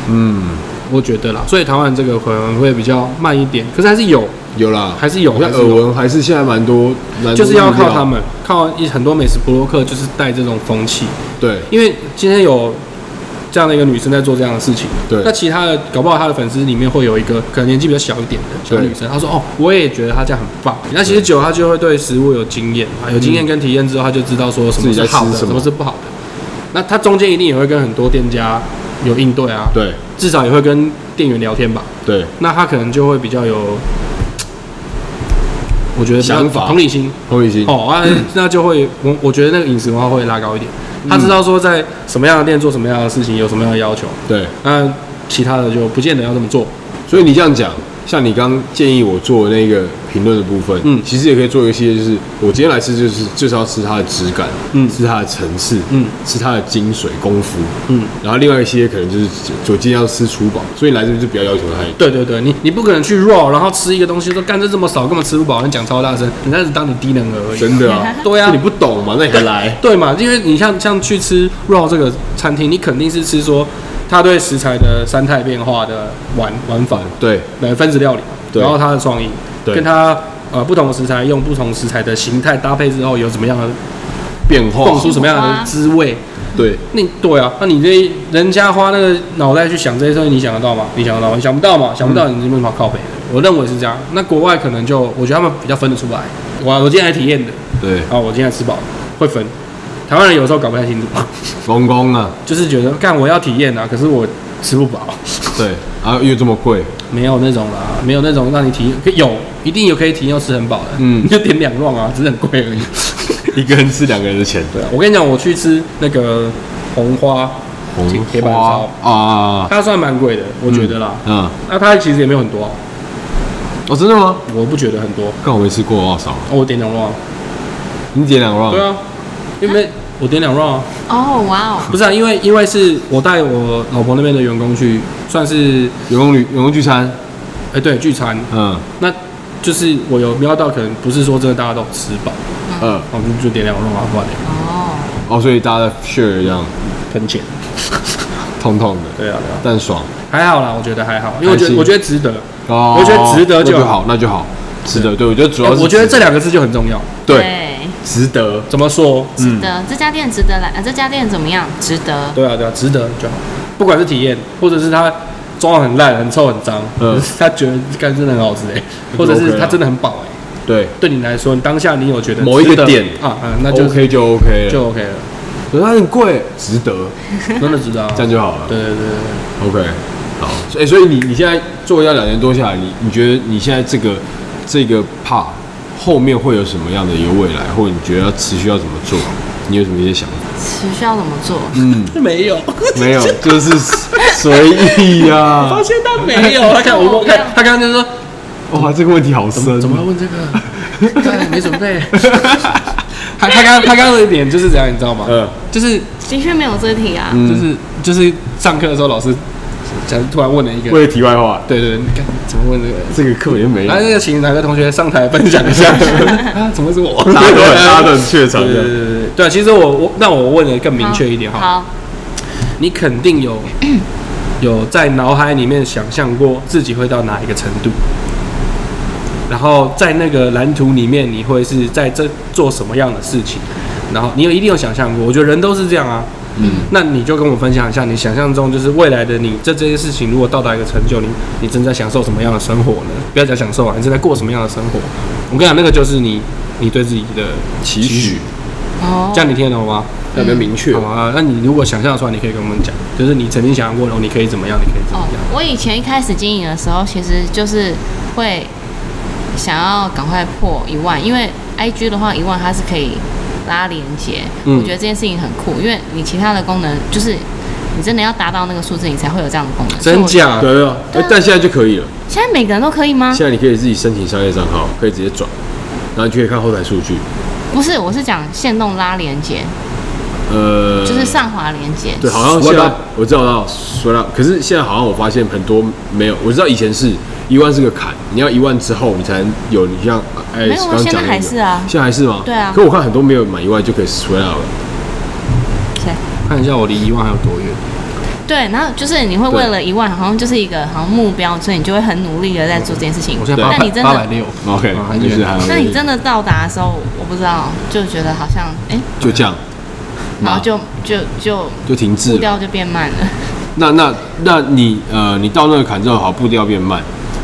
S1: 嗯，
S2: 我觉得啦，所以台湾这个可能会比较慢一点，可是还是有，
S1: 有啦，
S2: 还是有，
S1: 我
S2: 还
S1: 看
S2: 是
S1: 耳
S2: 有。
S1: 闻还是现在蛮多，蛮多
S2: 就是要
S1: 日
S2: 靠
S1: 料
S2: 他们，靠一很多美食博洛克就是带这种风气。
S1: 对
S2: 因为今天有这样的一个女生在做这样的事情，
S1: 对
S2: 那其他的搞不好她的粉丝里面会有一个可能年纪比较小一点的小
S1: 对
S2: 女生，她说哦，我也觉得她这样很棒。那其实久了她就会对食物有经验嘛，有经验跟体验之后，她就知道说什
S1: 自
S2: 么
S1: 己
S2: 是
S1: 在
S2: 好的，
S1: 吃什
S2: 什
S1: 么
S2: 么是不好的。那她中间一定也会跟很多店家有应对啊，
S1: 对
S2: 至少也会跟店员聊天吧。
S1: 对，
S2: 那她可能就会比较有，我觉得比较
S1: 想法
S2: 同理心，
S1: 侯雨欣
S2: 哦， [laughs] 啊，那就会我我觉得那个饮食文化会拉高一点，他知道说在什么样的店做什么样的事情，有什么样的要求，
S1: 对，
S2: 那其他的就不见得要这么做。
S1: 所以你这样讲，像你刚建议我做的那个评论的部分，
S2: 嗯
S1: 其实也可以做一个系列，就是我今天来吃，就是就是要吃它的质感，
S2: 嗯
S1: 吃它的层次，
S2: 嗯，
S1: 吃它的精髓功夫，
S2: 嗯，
S1: 然后另外一些可能就是我今天要吃厨宝，所以来这边就不要要求太多，
S2: 对对对，你你不可能去 raw，然后吃一个东西说干这这么少，根本吃不饱，你讲超大声，人家只当你低能儿而已。
S1: 真的啊，
S2: [laughs] 对啊
S1: 就你不懂嘛，那你还来？
S2: 对嘛，因为你像像去吃 raw 这个餐厅，你肯定是吃说他对食材的三态变化的玩玩法，
S1: 对
S2: 呃分子料理，
S1: 对
S2: 然后它的创意，
S1: 对
S2: 跟它呃不同的食材用不同食材的形态搭配之后有怎么样的
S1: 变
S2: 蹦
S1: 化，
S2: 出什么样的滋味。
S1: 对，
S2: 那对啊，那你这人家花那个脑袋去想这些东西，你想得到吗？你想得到吗？你想不到嘛？想不
S1: 嗯
S2: 到你就没法靠北的。我认为是这样。那国外可能就，我觉得他们比较分得出来。我我今天来体验的，
S1: 对，
S2: 啊，我今天来吃饱，会分。台湾人有时候搞不太清楚， [laughs]
S1: 公公啊，
S2: 就是觉得干我要体验啊，可是我吃不饱，
S1: 对，啊又这么
S2: [laughs]
S1: 贵，
S2: 没有那种啦，没有那种让你体验，可有一定有可以体验又吃很饱的，
S1: 嗯
S2: 你就点两 round 啊，只是很贵而已。 [laughs]
S1: 一个人吃两个人的钱，
S2: 对啊，我跟你讲，我去吃那个红花，铁铁板烧
S1: 红花啊，
S2: 它算蛮贵的，我觉得啦。
S1: 嗯，
S2: 那它其实也没有很多啊、
S1: 哦真的吗？
S2: 我不觉得很多。
S1: 刚我没吃过，我好少，
S2: 哦、我点两 round，、
S1: 你点两个 round，
S2: 对啊，因为我点两 round，、啊、
S3: 哦，哇哦，
S2: 不是啊，因为因为是我带我老婆那边的员工去，算是
S1: 员工旅员工聚餐，
S2: 哎、对聚餐，
S1: 嗯
S2: 那就是我有瞄到，可能不是说真的大家都吃饱，
S1: 嗯，
S2: 我就就点两 round 啊，不然嘞
S3: 哦，
S1: 哦，所以大家在 share 这样，
S2: 喷钱。
S1: 痛痛的，
S2: 对啊对啊，
S1: 但爽
S2: 还好啦，我觉得还好，因为我觉
S1: 开
S2: 得
S1: 心
S2: 我觉得值得。
S1: 哦
S2: 我觉得值得
S1: 那
S2: 就
S1: 就
S2: 好哎
S1: 好，那就好，值得。对我觉得主要是值得，
S2: 我觉得这两个字就很重要。
S1: 对嗯值得，
S2: 怎么说？
S3: 值得，这家店值得来，啊，这家店怎么样？值得，
S2: 对啊，对啊，值得就好。不管是体验，或者是他装的很烂、很臭、很脏，
S1: 嗯
S2: 可是 [laughs] 他觉得干真的很好吃哎、
S1: 那就
S2: 或者
S1: OK
S2: 是
S1: 啊
S2: 他真的很饱哎、
S1: 对
S2: 对你来说，你当下你有觉得
S1: 某一个
S2: 值得
S1: 点
S2: 啊啊，那就
S1: OK 就 OK 了。
S2: 就 OK 了。
S1: 可是它很贵，值得，
S2: 真的值得啊。
S1: 这样就好了。
S2: 对对对对，
S1: OK，好，所以、所以你你现在做要两年多下来，你你觉得你现在这个这个 part 后面会有什么样的一个未来，或者你觉得要持续要怎么做？你有什么一些想法？嗯
S3: 持续要怎么做？
S2: 对没有，
S1: 没有，就是随意呀、啊
S2: [laughs] 发。现他没有。他看我，看他刚刚就说
S1: 哇，这个问题好深哦、
S2: 怎么会问这个？对，没准备。他他刚他刚刚的脸就是这样，你知道吗？
S1: 嗯
S2: 就是
S3: 的确没有这题啊。
S1: 嗯，
S2: 就是就是上课的时候，老师讲突然问了一个，
S1: 为了题外话，
S2: 对对，对你看怎么问这个？
S1: 这个课也没有，
S2: 来，那个请哪个同学上台分享一下啊？怎么是我？
S1: 大家都很大家都很啊怯场
S2: 对对
S1: 的。
S2: 对对对，其实我我那我问的更明确一点哈，
S3: 好，
S2: 你肯定有有在脑海里面想象过自己会到哪一个程度，然后在那个蓝图里面你会是在这做什么样的事情，然后你有一定有想象过，我觉得人都是这样啊。
S1: 嗯，
S2: 那你就跟我分享一下，你想象中就是未来的你，这这些事情如果到达一个成就，你你正在享受什么样的生活呢？不要讲享受啊，你正在过什么样的生活？我跟你讲，那个就是你你对自己的
S1: 期许，
S3: 哦，
S2: 这样你听得懂吗？
S1: 特别明确
S2: 好啊，那你如果想象出来，你可以跟我们讲，就是你曾经想象过，然后你可以怎么样，你可以怎么
S3: 哦
S2: 样。，
S3: 我以前一开始经营的时候，其实就是会想要赶快破一万，因为 IG 的话，一万它是可以拉连接，
S2: 嗯
S3: 我觉得这件事情很酷，因为你其他的功能就是你真的要达到那个数字，你才会有这样的功能。所以
S2: 真
S3: 我？
S2: 假？
S1: 对啊，
S3: 对
S1: 哎
S3: 啊
S1: 但现在就可以了。
S3: 现在每个人都可以吗？
S1: 现在你可以自己申请商业账号，可以直接转，然后你就可以看后台数据。
S3: 不是，我是讲限动拉连接，
S1: 呃，
S3: 就是上滑连接。
S1: 对，好像现
S2: 说
S1: 在
S2: 到
S1: 我知道到说到，可是现在好像我发现很多没有，我知道以前是一万是个坎，你要一万之后你才能有你像哎
S3: 没有啊
S1: 刚刚
S3: 现在
S1: 讲的那
S3: 还
S1: 个
S3: 是啊
S1: 现在还是吗？
S3: 对啊
S1: 可我看很多没有满一万就可以 s w 了，
S3: 对
S2: 看一下我离一万还有多远？
S3: 对，然后就是你会为了一万，好像就是一个好像目标，所以你就会很努力的在做这件事情
S2: 我。现在
S1: 对
S2: 八
S3: 那
S2: 百
S3: 你真
S2: 八
S3: 的
S2: 百六。
S1: OK，
S2: 啊很
S1: 就
S2: 远
S1: 是还有
S3: 那你真的到达的时候，我不知道，就觉得好像哎、
S1: 就这样，
S3: 然后
S1: 那
S3: 就就就
S1: 就停
S3: 步
S1: 滞了。
S3: 调就变慢了。
S1: 那那那你呃，你到那个坎之后，好步调变慢，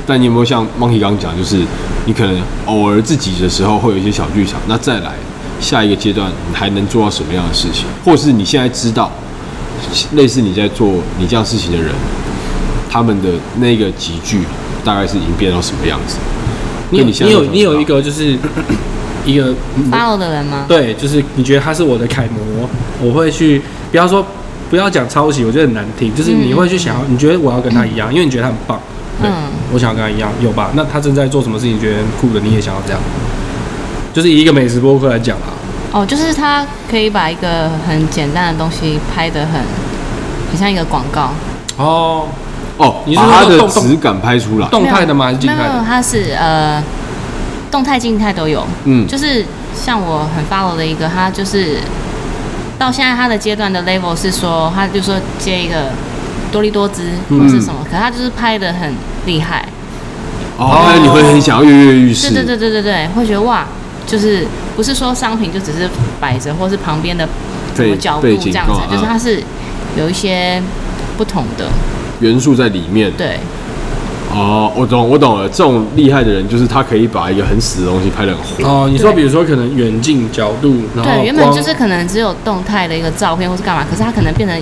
S1: 但你有没有像 Monkey 刚刚讲，就是你可能偶尔自己的时候会有一些小剧场，那再来下一个阶段，你还能做到什么样的事情，或是你现在知道类似你在做你这样事情的人，他们的那个集聚大概是已经变到什么样子？
S2: 你有
S1: 跟现
S2: 你
S1: 在
S2: 有
S1: 什么
S2: 你有
S1: 想
S2: 一
S1: 法
S2: 个就是 [coughs] 一个
S3: follow 的人吗？
S2: 对，就是你觉得他是我的楷模，我会去，不要说不要讲抄袭，我觉得很难听，就是你会去想要，你觉得我要跟他一样，因为你觉得他很棒，对
S3: 嗯，
S2: 我想要跟他一样，有吧？那他正在做什么事情，你觉得很酷的，你也想要这样，就是以一个美食播客来讲啊，
S3: 哦，就是他可以把一个很简单的东西拍得很，很像一个广告。
S2: 哦，
S1: 哦，
S2: 你是
S1: 把
S2: 说
S1: 他的
S2: 动动
S1: 质感拍出来，
S2: 动态的吗？还是静态
S3: 没有，
S2: 的？
S3: 它是呃，动态、静态都有。
S1: 嗯，
S3: 就是像我很 follow 的一个，他就是到现在他的阶段的 level 是说，他就说接一个多利多姿或
S2: 嗯
S3: 是什么，可他就是拍的很厉害。
S1: 哦，那你会很想要跃跃欲试，
S3: 对对对对对对，会觉得哇，就是不是说商品就只是摆着，或是旁边的什么
S1: 背
S3: 角度
S1: 背
S3: 这
S1: 景
S3: 样子
S1: 哦，
S3: 就是
S1: 嗯
S3: 它是有一些不同的，
S1: 元素在里面，
S3: 对
S1: 哦，我懂，我懂了。这种厉害的人，就是他可以把一个很死的东西拍得很活。
S2: 哦，你说比如说可能远近角度，然后
S3: 对，原本
S2: 光
S3: 就是可能只有动态的一个照片或是干嘛，可是它可能变成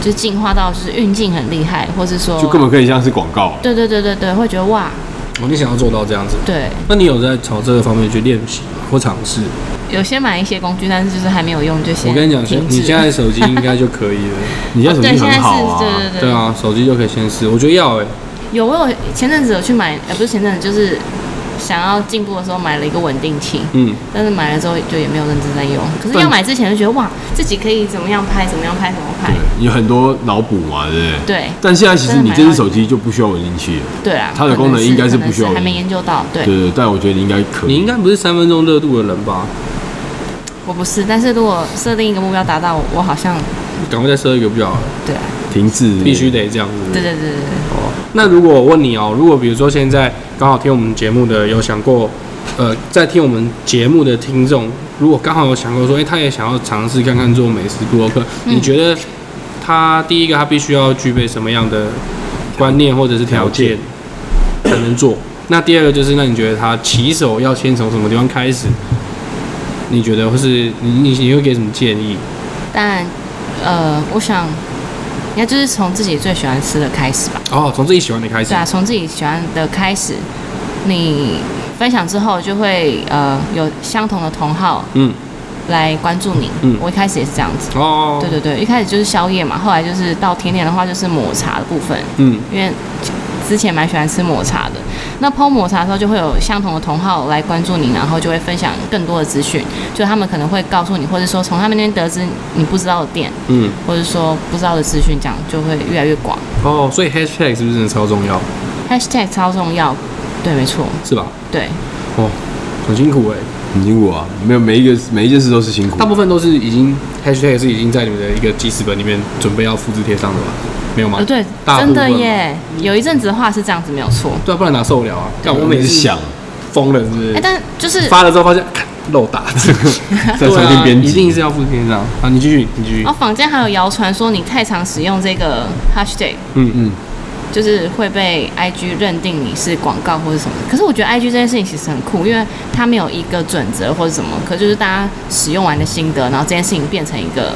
S3: 就是进化到就是运镜很厉害，或是说
S1: 就根本可以像是广告，啊
S3: 对对对对对，会觉得哇，
S2: 哦，你想要做到这样子，
S3: 对，
S2: 那你有在朝这个方面去练习吗或尝试？
S3: 有些买一些工具，但是就是还没有用，就先
S2: 我跟你讲，
S3: 停
S2: 你
S3: 止
S2: 现在手机应该就可
S3: [laughs]
S2: 以了。
S1: 你现在手
S3: 哦对
S1: 机
S3: 现在
S1: 很
S3: 是
S1: 好啊，
S3: 对对
S2: 对啊，手机就可以先试。我觉得要哎、
S3: 有，我有前阵子有去买，呃，不是前阵子，就是想要进步的时候买了一个稳定器，
S2: 嗯，
S3: 但是买了之后就也没有认真在用。可是
S2: 但
S3: 要买之前就觉得哇，自己可以怎么样拍，怎么样拍，怎么拍
S1: 对，，有很多脑补嘛，对不对？
S3: 对
S1: 但现在其实你这只手机就不需要稳定器了，
S3: 对啊，
S1: 它的功能
S3: 可
S1: 应该是
S3: 是
S1: 不需要
S3: 可能是还没研究到，对
S1: 对对。对但我觉得你应该可以，
S2: 你应该不是三分钟热度的人吧？
S3: 我不是，但是如果设定一个目标达到，我我好像
S2: 赶快再设一个比较好了，
S3: 对啊，
S1: 停滞，
S2: 必须得这样子。
S3: 对对对对对，
S2: 哦，那如果我问你哦，如果比如说现在刚好听我们节目的有想过，呃，在听我们节目的听众，如果刚好有想过说，哎、他也想要尝试看看做美食布洛克，
S3: 嗯
S2: 你觉得他第一个他必须要具备什么样的观念或者是条件才能做？那第二个就是，那你觉得他起手要先从什么地方开始？你觉得会是你你你会给什么建议？
S3: 但呃，我想应该就是从自己最喜欢吃的开始吧。
S2: 哦，从自己喜欢的开始
S3: 对。啊，从自己喜欢的开始，你分享之后就会呃有相同的同好
S2: 嗯，
S3: 来关注你。
S2: 嗯
S3: 我一开始也是这样子。
S2: 哦，
S3: 对，对对，一开始就是宵夜嘛，后来就是到甜点的话就是抹茶的部分，
S2: 嗯，
S3: 因为之前蛮喜欢吃抹茶的。那泡抹茶的时候就会有相同的同好来关注你，然后就会分享更多的资讯，就他们可能会告诉你，或者说从他们那边得知你不知道的店，
S2: 嗯，
S3: 或者说不知道的资讯，这样就会越来越广。
S2: 哦，所以 hashtag 是不是真的超重要？
S3: Hashtag 超重要，对，没错，
S2: 是吧？
S3: 对。
S2: 哦，很辛苦哎、
S1: 很辛苦啊，没有每一个每一件事都是辛苦。
S2: 大部分都是已经 hashtag 是已经在你们的一个记事本里面准备要复制贴上的吧？没有吗？
S3: 呃，对，
S2: 哦大部
S3: 真
S2: 分
S3: 的
S2: 嘛
S3: 耶，有一阵子的话是这样子，没有错。
S2: 对啊，不然哪受得了啊？但我
S1: 我
S2: 每
S1: 每
S2: 次
S1: 次嗯想，
S2: 疯了，是不是？
S3: 哎、但就是
S2: 发了之后发现咔漏打，
S1: [laughs] 在
S2: 对
S1: 餐厅
S2: 啊，
S1: 边
S2: 一定
S1: 辑，
S2: 是要复制贴上啊！你继续，你继续
S3: 哦，，坊间还有谣传说你太常使用这个 hashtag，
S2: 嗯嗯，
S3: 就是会被 IG 认定你是广告或者什么。可是我觉得 IG 这件事情其实很酷，因为它没有一个准则或者什么，可就是大家使用完的心得，然后这件事情变成一个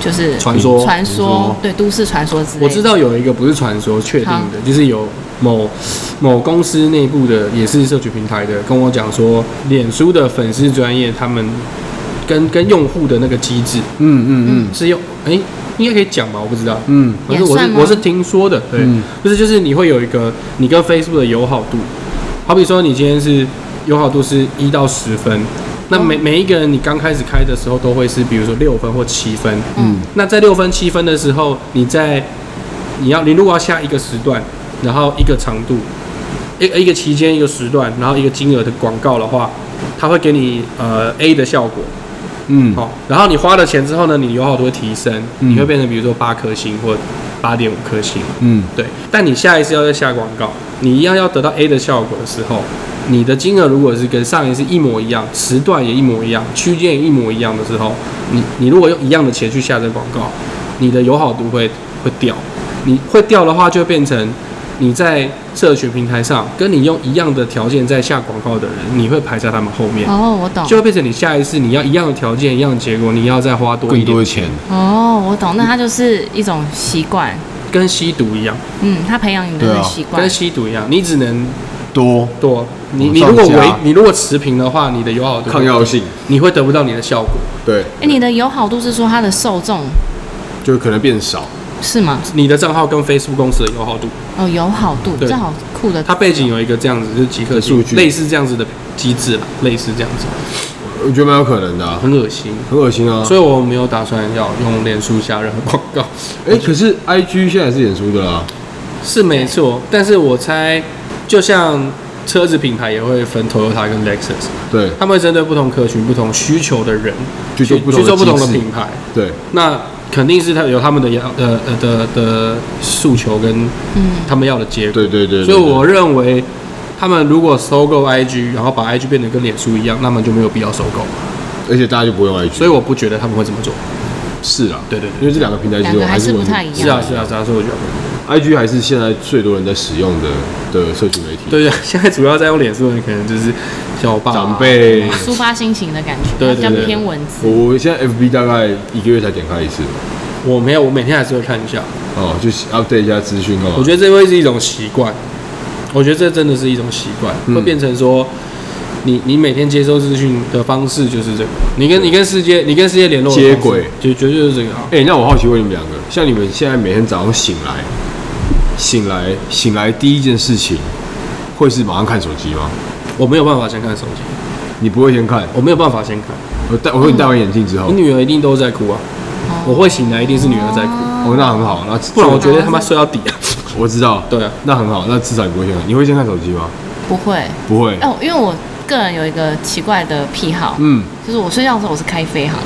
S3: 就是
S2: 传说
S3: 传
S1: 传
S3: 说
S1: 说，
S3: 对，嗯都市传说之类的。
S2: 我知道有一个不是传说确定
S3: 好
S2: 的，就是有某某公司内部的，也是社群平台的，跟我讲说，脸书的粉丝专业他们跟跟用户的那个机制
S1: 嗯嗯
S2: 是用，哎、应该可以讲吧？我不知道，
S1: 嗯
S2: 我是
S3: 演
S2: 我
S3: 算
S2: 是
S3: 吗
S2: 我是听说的，对，
S1: 嗯
S2: 就是就是你会有一个你跟 Facebook 的友好度，好比说你今天是友好度是一到十分，
S3: 哦
S2: 那每每一个人你刚开始开的时候都会是比如说六分或七分，
S1: 嗯
S3: 嗯
S2: 那在六分七分的时候，你在你要你如果要下一个时段，然后一个长度，一一个期间一个时段，然后一个金额的广告的话，它会给你呃 A 的效果，
S1: 嗯
S2: 好、哦然后你花了钱之后呢，你友好度会提升，
S1: 嗯
S2: 你会变成比如说八颗星或八点五颗星，
S1: 嗯
S2: 对。但你下一次要再下广告，你一样要得到 A 的效果的时候，你的金额如果是跟上一次一模一样，时段也一模一样，区间也一模一样的时候，你你如果用一样的钱去下这个广告，你的友好度会会掉，你会掉的话就变成。你在社群平台上跟你用一样的条件在下广告的人，你会排在他们后面。
S3: 哦，我懂
S2: 就。会变成你下一次你要一样的条件、一样的结果，你要再花多一
S1: 更多
S2: 点，
S1: 的钱，
S3: 哦，我懂。那它就是一种习惯，
S2: 跟吸毒一样，
S3: 嗯，它培养你的
S1: 对
S3: 那
S1: 啊
S3: 个习惯
S2: 跟。吸毒一样，你只能
S1: 多
S2: 多，你
S1: 往
S2: 你如果
S1: 上加
S2: 为你如果持平的话，你的友好度
S1: 抗药，性，
S2: 你会得不到你的效果，
S1: 对，
S3: 哎、你的友好度是说它的受众
S1: 就可能变少。
S3: 是吗？
S2: 你的账号跟 Facebook 公司的友好度，
S3: 哦，友好度，
S2: 对
S3: 这好酷的。
S2: 它背景有一个这样子，就是极客
S1: 数据
S2: 类似这样子的机制啦，类似这样子，
S1: 我觉得蛮有可能的、啊，
S2: 很恶心。
S1: 很恶心啊。
S2: 所以我没有打算要用脸书下任何广告， [laughs]
S1: 哎、可是 I G 现在也是脸书的啊啦，
S2: 是没错，但是我猜，就像车子品牌也会分 Toyota 跟 Lexus，
S1: 对，
S2: 他们会针对不同客群、不同需求的人
S1: 去做不同
S2: 去做不同的
S1: 机制
S2: 品牌，
S1: 对，
S2: 那肯定是他有他们的要呃呃的的诉求跟
S3: 嗯，
S2: 他们要的结果。
S1: 对对对对
S2: 所以我认为，他们如果收购 IG，然后把 IG 变得跟脸书一样，那么就没有必要收购。
S1: 而且大家就不会用 I G，
S2: 所以我不觉得他们会这么做。
S1: 是啊，
S2: 对对对
S1: 因为这两个平台其
S3: 两
S1: 实
S3: 个
S1: 我
S3: 还
S1: 还
S3: 是
S1: 是
S3: 不太一样
S2: 是啊是啊是啊，所以我觉得。
S1: I G 还是现在最多人在使用的的社群媒体，
S2: 对对，现在主要在用脸书的可能就是像我爸啊妈
S3: 哦
S1: 长。辈。
S3: 抒发心情的感觉，
S2: 对
S3: 比
S2: 对
S3: 较
S2: 对
S3: 偏文字。
S1: 我我现在 FB 大概一个月才点开一次，
S2: 我没有，我每天还是会看一下。
S1: 哦，就是 update 一下资讯哦。
S2: 我觉得这会是一种习惯，我觉得这真的是一种习惯，
S1: 嗯
S2: 会变成说，你你每天接收资讯的方式就是这个，你跟你跟世界，你跟世界联络的方式
S1: 接轨，
S2: 就绝对就是这个啊。
S1: 哎、那我好奇问你们两个，像你们现在每天早上醒来，醒来醒来第一件事情会是马上看手机吗？
S2: 我没有办法先看手机，
S1: 你不会先看？
S2: 我没有办法先看，
S1: 我戴，我说你戴完眼镜之后
S2: 我，女儿一定都在哭啊，我会醒来一定是女儿在哭，
S1: 哦，那很好，那
S2: 不然我觉得他妈睡到底
S1: [laughs]
S2: 啊。
S1: 我知道，
S2: 对啊，
S1: 那很好，那至少你不会先看，你会先看手机吗？
S3: 不会
S1: 不会，
S3: 哦，因为我个人有一个奇怪的癖好，
S1: 嗯，
S3: 就是我睡觉的时候我是开飞行的，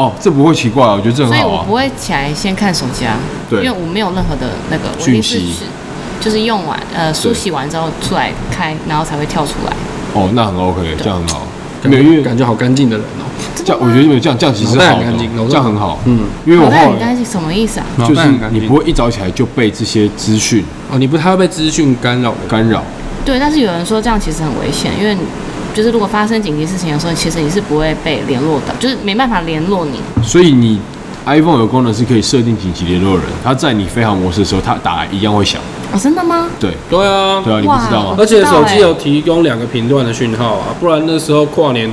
S1: 哦，这不会奇怪，我觉得这
S3: 所
S1: 很
S3: 以
S1: 好
S3: 我
S1: 啊
S3: 不，会起来先看手机啊，因为
S1: 对，
S3: 我没有任何的那个，我一定是
S1: 讯息
S3: 去就是用完呃梳洗完之后出来开，然后才会跳出来。
S1: 哦，那很 OK，这样很好，
S2: 感
S1: 没
S2: 觉
S1: 有，因为
S2: 感觉好干净的人哦，
S1: 这样，我
S3: 啊
S1: 觉得你们这样这样其实是
S2: 脑袋
S1: 好
S2: 很
S1: 的
S2: 干净脑，袋
S1: 这样很好，
S2: 嗯，
S1: 因为我
S3: 脑袋
S1: 后
S3: 很
S1: 来
S3: 干净什么意思啊？
S2: 脑
S1: 就
S2: 袋
S1: 是
S2: 很干净
S1: 你不会一早起来就被这些资讯
S2: 哦，你不太会被资讯干扰的，
S1: 干扰，
S3: 对，但是有人说这样其实很危险，因为就是如果发生紧急事情的时候，其实你是不会被联络到，就是没办法联络你。
S1: 所以你 iPhone 有功能是可以设定紧急联络人，它在你飞行模式的时候，它打来一样会响。
S3: 哦，真的吗？
S1: 对，
S2: 对啊，
S1: 对啊，你不知道吗？
S2: 而且手
S3: 我知道欸
S2: 机有提供两个频段的讯号啊，不然那时候跨年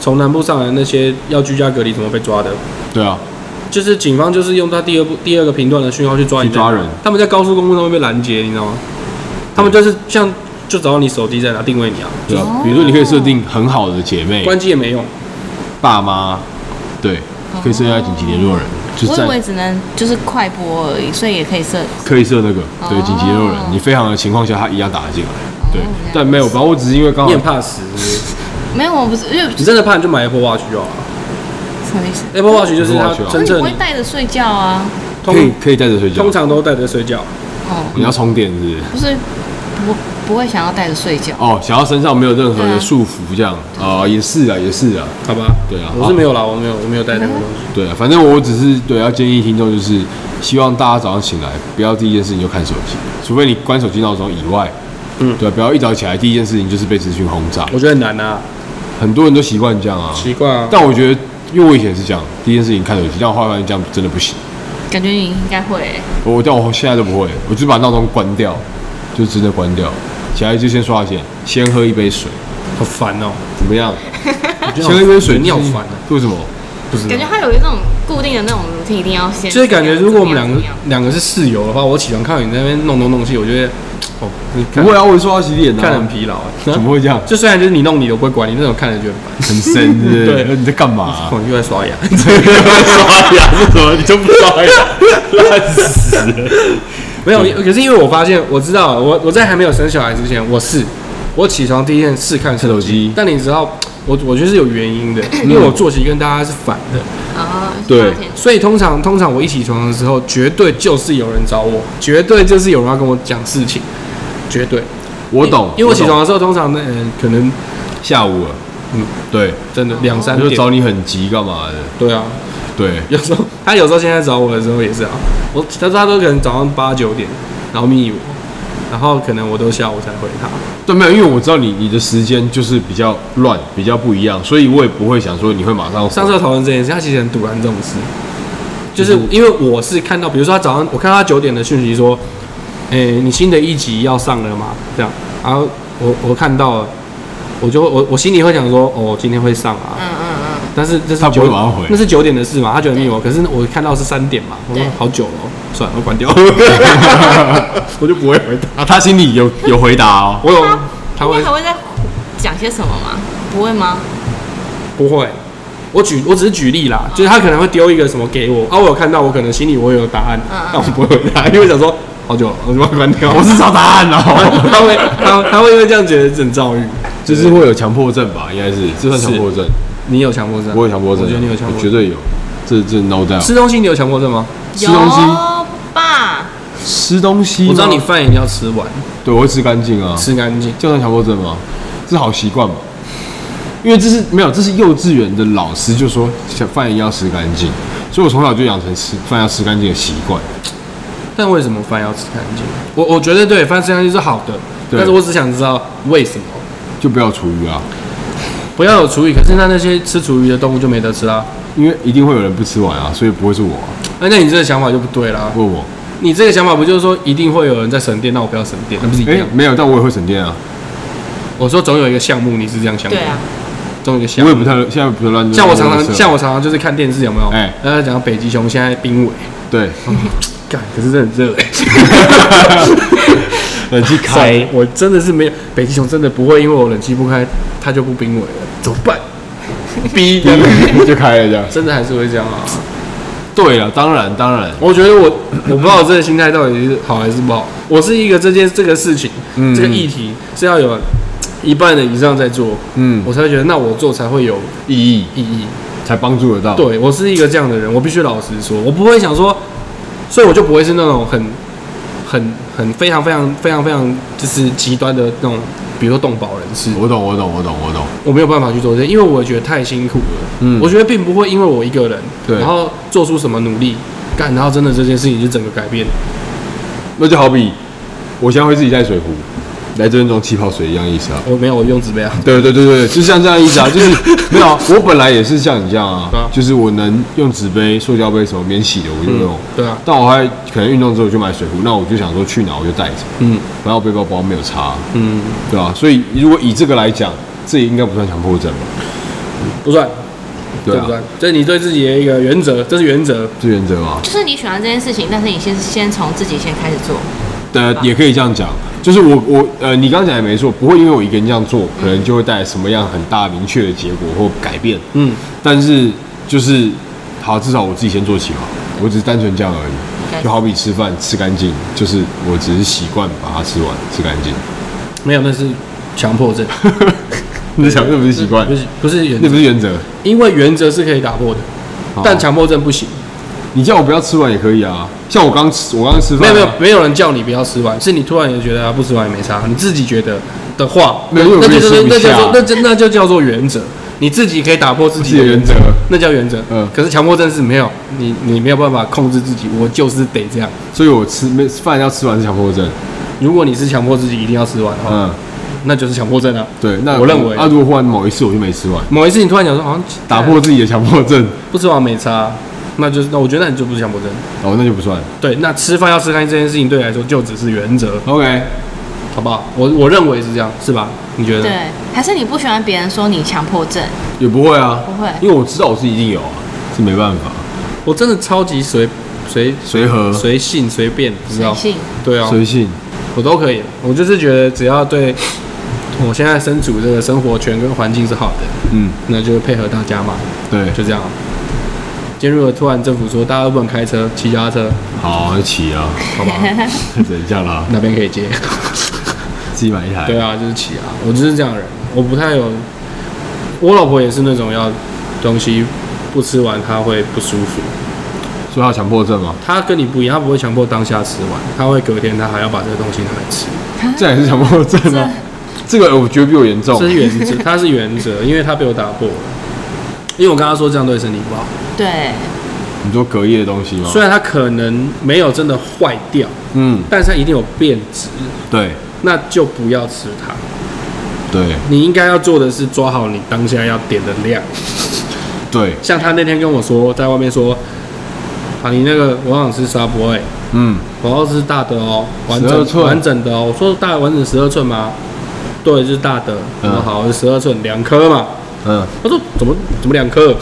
S2: 从南部上来那些要居家隔离怎么被抓的？
S1: 对啊，
S2: 就是警方就是用他第二部第二个频段的讯号去抓你
S1: 去抓人，
S2: 他们在高速公路上面被拦截，你知道吗？他们就是像就找到你手机在哪定位你啊，
S1: 对啊
S3: 哦。
S1: 比如说你可以设定很好的姐妹、
S2: 关机也没用，
S1: 哦爸妈，对，可以设定在紧急联络人，就
S3: 哦我
S1: 是
S3: 以为
S1: 在
S3: 只能就是快播而已，所以也可以设。
S1: 可以设那个对
S3: 哦
S1: 紧急联络人，你飞行的情况下，它一样打得进来。对
S3: 原来，
S1: 但没有吧？我只是因为刚
S2: 你
S1: 好
S2: 很怕死是不是，
S3: 没有，我不是，因为
S2: 你真的怕你就买 Apple Watch 就好了。啊
S3: 什么意思？
S2: Apple Watch 就是它
S1: Watch 啊
S2: 真
S3: 那你
S2: 正
S3: 不会带着睡觉啊？
S1: 可以
S2: 通
S1: 可以带着睡觉
S2: 通。常都带着睡觉，
S3: 哦，
S1: 你要充电是不是？
S3: 不是，不不会想要带着睡觉。
S1: 哦，想要身上没有任何
S3: 对
S1: 的
S3: 啊
S1: 束缚，这样啊、也是啊，也是啊，
S2: 好吧？
S1: 对啊
S2: 我是没有啦，我没有我没有带那个东西。
S1: 对啊，反正我只是对要建议听众，就是希望大家早上醒来不要第一件事情就看手机，除非你关手机闹钟以外，
S2: 嗯
S1: 对啊、不要一早起来第一件事情就是被资讯轰炸，
S2: 我觉得很难啊，
S1: 很多人都习惯这样啊，
S2: 奇怪啊。
S1: 但我觉得，因为我以前是这样，第一件事情看手机，但我后来发现这样真的不行，
S3: 感觉你应该会欸、
S1: 我但我现在都不会，我就把闹钟关掉，就真的关掉，起来就先刷牙先，先喝一杯水，
S2: 好烦哦、
S1: 怎么样？
S2: 喔，
S1: 先喝一杯水，
S2: 你好烦啊，
S1: 为什么？
S2: 不知道
S3: 感觉。他有一种固定的那种 routine，一定要先。
S2: 就是感觉，如果我们两
S3: 怎么
S2: 个
S3: 样
S2: 两个是室友的话，我起床看到你在那边弄东弄西，我觉得，哦，你
S1: 不
S2: 看
S1: 会啊，我也刷牙洗脸啊，
S2: 看得很疲劳、 [laughs] 欸，
S1: 怎么会这样？
S2: 就虽然就是你弄你的，我不会管你，那种看着就很
S1: [laughs]
S2: 烦。
S1: 很深，对不对？
S2: 对
S1: 你在干嘛 [laughs] 啊？
S2: 我哦又在刷牙， [laughs]
S1: 刷牙是什么？你就不刷牙，烂死了！
S2: 没有。
S1: 嗯
S2: 可是因为我发现，我知道，我我在还没有生小孩之前，我是我起床第一件事看
S1: 看手机嗯
S2: 但你知道，我我觉得是有原因的，因为我作息跟大家是反的，
S3: 啊，
S1: 对
S3: 发现
S2: 所以通常通常我一起床的时候，绝对就是有人找我，绝对就是有人要跟我讲事情，绝对。
S1: [laughs] 我懂，
S2: 因为我起床
S1: 懂
S2: 的时候，通常那、呃、可能
S1: 下午了，嗯
S2: 嗯，
S1: 对，
S2: 真的两三
S1: 就
S2: 点
S1: 找，你很急干嘛的？
S2: 对啊，
S1: 对，
S2: 有时候他有时候现在找我的时候也是啊，我他他都可能早上八九点，然后密我，然后可能我都下午才回他。
S1: 但没有，因为我知道你你的时间就是比较乱，比较不一样，所以我也不会想说你会马上
S2: 上次有讨论这件事，他其实很堵拦这种事，就是因为我是看到，比如说他早上我看到他九点的讯息说，诶、你新的一集要上了吗？这样，然后我我看到了，我就我我心里会想说，哦，今天会上啊，
S3: 嗯嗯嗯，
S2: 但是这是
S1: 他不会
S2: 九
S1: 马上回
S2: 那是九点的事嘛？他九点密我，可是我看到是三点嘛，我说
S3: 对
S2: 好久了哦，算了，我关掉，
S1: [laughs] 我就不会回答。啊，他心里有有回答哦，
S2: 我有他
S3: 他
S2: 会
S3: 会还会再讲些什么吗？不会吗？
S2: 不会，我举我只是举例
S3: 哦
S2: 啦，就是他可能会丢一个什么给我，啊，我有看到，我可能心里我有答案
S3: 嗯嗯，
S2: 但我不会回答，因为我想说好久了，
S3: [laughs]
S2: 我就把它关掉。
S1: 我是找答案哦，
S2: 他会他他会因为这样觉得很躁郁。
S1: [laughs] 就是会有强迫症吧，应该是，这算强迫症？
S2: 你有强迫症？
S1: 我有强迫症，
S2: 我觉得你有强迫
S1: 我绝
S2: 症。
S1: 对有，这这 no doubt。
S2: 吃东西你有强迫症吗？
S1: 吃东西
S3: 有吧？
S1: 吃东西吗，
S2: 我知道你饭一定要吃完，
S1: 对我会吃干净啊，
S2: 吃干净。
S1: 这样算强迫症吗？这是好习惯吗？因为这是没有，这是幼稚园的老师就说小饭一定要吃干净，所以我从小就养成吃饭要吃干净的习惯。
S2: 但为什么饭要吃干净？我我觉得对，饭吃干净是好的，
S1: 对
S2: 但是我只想知道为什么
S1: 就不要厨余啊，
S2: 不要有厨余。可是那那些吃厨余的动物就没得吃啦。
S1: 因为一定会有人不吃完啊，所以不会是我、啊。
S2: 哎，那你这个想法就不对啦。
S1: 问我，
S2: 你这个想法不就是说一定会有人在省电，那我不要省电，那不是一
S1: 哎、
S2: 样？
S1: 没有，但我也会省电啊，
S2: 我说总有一个项目你是这样想的，
S3: 对啊，
S2: 总有一个项
S1: 我也
S2: 目。
S1: 不太现在不太乱。
S2: 像我常
S1: 乱吃
S2: 常
S1: 了
S2: 像我常常就是看电视有没有？
S1: 哎
S2: 大家讲到北极熊现在濒危， [laughs]
S1: 对，
S2: 干，可是真的很热哎。
S1: 冷气开，
S2: 我真的是没有北极熊真的不会因为我冷气不开它就不濒危了，怎么 [laughs] 办？
S1: 逼 [laughs] 就开了这样。
S2: 真的还是会这样啊。
S1: 对了，当然当然，
S2: 我觉得我我不知道我这个心态到底是好还是不好。我是一个这件这个事情、
S1: 嗯
S2: 这个议题是要有一半的以上在做，
S1: 嗯，
S2: 我才会觉得那我做才会有
S1: 意义
S2: 意义。
S1: 才帮助得到。
S2: 对我是一个这样的人，我必须老实说，我不会想说，所以我就不会是那种很、很、很非常、非常、非常、非常就是极端的那种，比如说动保人士，
S1: 我懂，我懂，我懂，我懂。
S2: 我没有办法去做这些，因为我觉得太辛苦了。
S1: 嗯
S2: 我觉得并不会因为我一个人，
S1: 对
S2: 然后做出什么努力，干，然后真的这件事情就整个改变。
S1: 那就好比我现在会自己带水壶，来这边装气泡水一样意思啊。
S2: 我没有，我用纸杯啊。
S1: 对对对对，就像这样意思啊，就是
S2: [laughs]
S1: 没有啊，我本来也是像你这样啊
S2: 对啊，
S1: 就是我能用纸杯、塑胶杯什么免洗的哦我就用，
S2: [laughs] 对啊
S1: 但我还可能运动之后就买水壶，那我就想说去哪我就带着，
S2: 嗯
S1: 反正我背包包没有差，
S2: 嗯，
S1: 对啊，所以如果以这个来讲，这也应该不算强迫症吧？
S2: 不算，
S1: 对
S2: 这
S1: 啊
S2: 不，算，这是你对自己的一个原则，这是原则。
S1: 是原则嘛，
S3: 就是你喜欢这件事情，但是你先先从自己先开始做。
S1: 呃，也可以这样讲，就是我我呃，你刚刚讲也没错，不会因为我一个人这样做，
S2: 嗯
S1: 可能就会带来什么样很大明确的结果或改变，
S2: 嗯，
S1: 但是就是好，至少我自己先做起嘛，我只是单纯这样而已。
S3: 应该
S1: 就好比吃饭吃干净，就是我只是习惯把它吃完吃干
S2: [laughs]
S1: 净。
S2: 没有，那是强迫症，
S1: 你想那不是习惯
S2: 不，是不是原
S1: 那不
S2: 则，
S1: 是原则。
S2: 因为原则是可以打破的，
S1: 好
S2: 但强迫症不行。
S1: 嗯你叫我不要吃完也可以啊，像我刚吃我刚吃
S2: 没
S1: 饭啊，
S2: 有没有，没有人叫你不要吃完，是你突然也觉得啊不吃完也没差，你自己觉得的话，
S1: 没有因为我
S2: 那就
S1: 也
S2: 是
S1: 吃不
S2: 那
S1: 下啊
S2: 叫做那就那就叫做原则，你自己可以打破自
S1: 自
S2: 己
S1: 己
S2: 的
S1: 的原则，
S2: 那叫原则。
S1: 嗯
S2: 可是强迫症是没有，你你没有办法控制自己，我就是得这样。
S1: 所以我吃没饭要吃完是强迫症。
S2: 如果你是强迫自己一定要吃完的话，
S1: 嗯，
S2: 那就是强迫症啊。
S1: 对，那
S2: 我认为
S1: 啊，如果忽然某一次我就没吃完，
S2: 某一次你突然想说好像
S1: 打破自己的强迫症，
S2: 不吃完没差，那就是那我觉得那你就不是强迫症。
S1: 哦，那就不算。
S2: 对，那吃饭要吃干净这件事情对你来说就只是原则，
S1: OK，
S2: 好不好？我我认为是这样，是吧？你觉得？
S3: 对，还是你不喜欢别人说你强迫症？
S1: 也不会啊，
S3: 不会
S1: 因为我知道我是一定有啊，是没办法，
S2: 我真的超级随随
S1: 随和
S2: 随性随便，不知
S3: 随
S2: 道。
S3: 性，
S2: 对啊，
S1: 随性。
S2: 我都可以。我就是觉得只要对 [sniffs] 我现在身处这个生活圈跟环境是好的，
S1: 嗯，
S2: 那就配合大家嘛，
S1: 对，
S2: 就这样。今天如果突然政府说大家都不能开车，骑脚踏车，
S1: 好，起
S2: [laughs]
S1: 啊，
S2: 好吧，
S3: [laughs]
S1: 等一下啦，
S2: 那边可以接。
S1: 自己买一台。
S2: 对啊，就是骑啊，我就是这样的人，我不太有。我老婆也是那种要东西不吃完她会不舒服，
S1: 所以他有强迫症嘛，
S2: 她跟你不一样，她不会强迫当下吃完，她会隔天她还要把这个东西拿来吃。
S1: 这样也是强迫症啊。这个我觉得比我严重啊
S2: 这。是原则，他是原则，因为他被我打破了。因为我跟他说这样对身体不好，
S1: 哦
S3: 对，
S1: 你说隔夜的东西吗？
S2: 虽然他可能没有真的坏掉，
S1: 嗯，
S2: 但是他一定有变质，
S1: 对
S2: 那就不要吃它。
S1: 对
S2: 你应该要做的是抓好你当下要点的量。
S1: 对，
S2: 像他那天跟我说，在外面说，啊，你那个我想吃沙波哎，
S1: 嗯，
S2: 我要吃大的哦，完
S1: 12
S2: 整
S1: 寸
S2: 完整的哦。我说大完整十二寸吗？对，就是大的。我说
S1: 嗯
S2: 好，十二寸两颗嘛。 [laughs]
S1: 嗯，
S2: 他说怎么怎么两颗？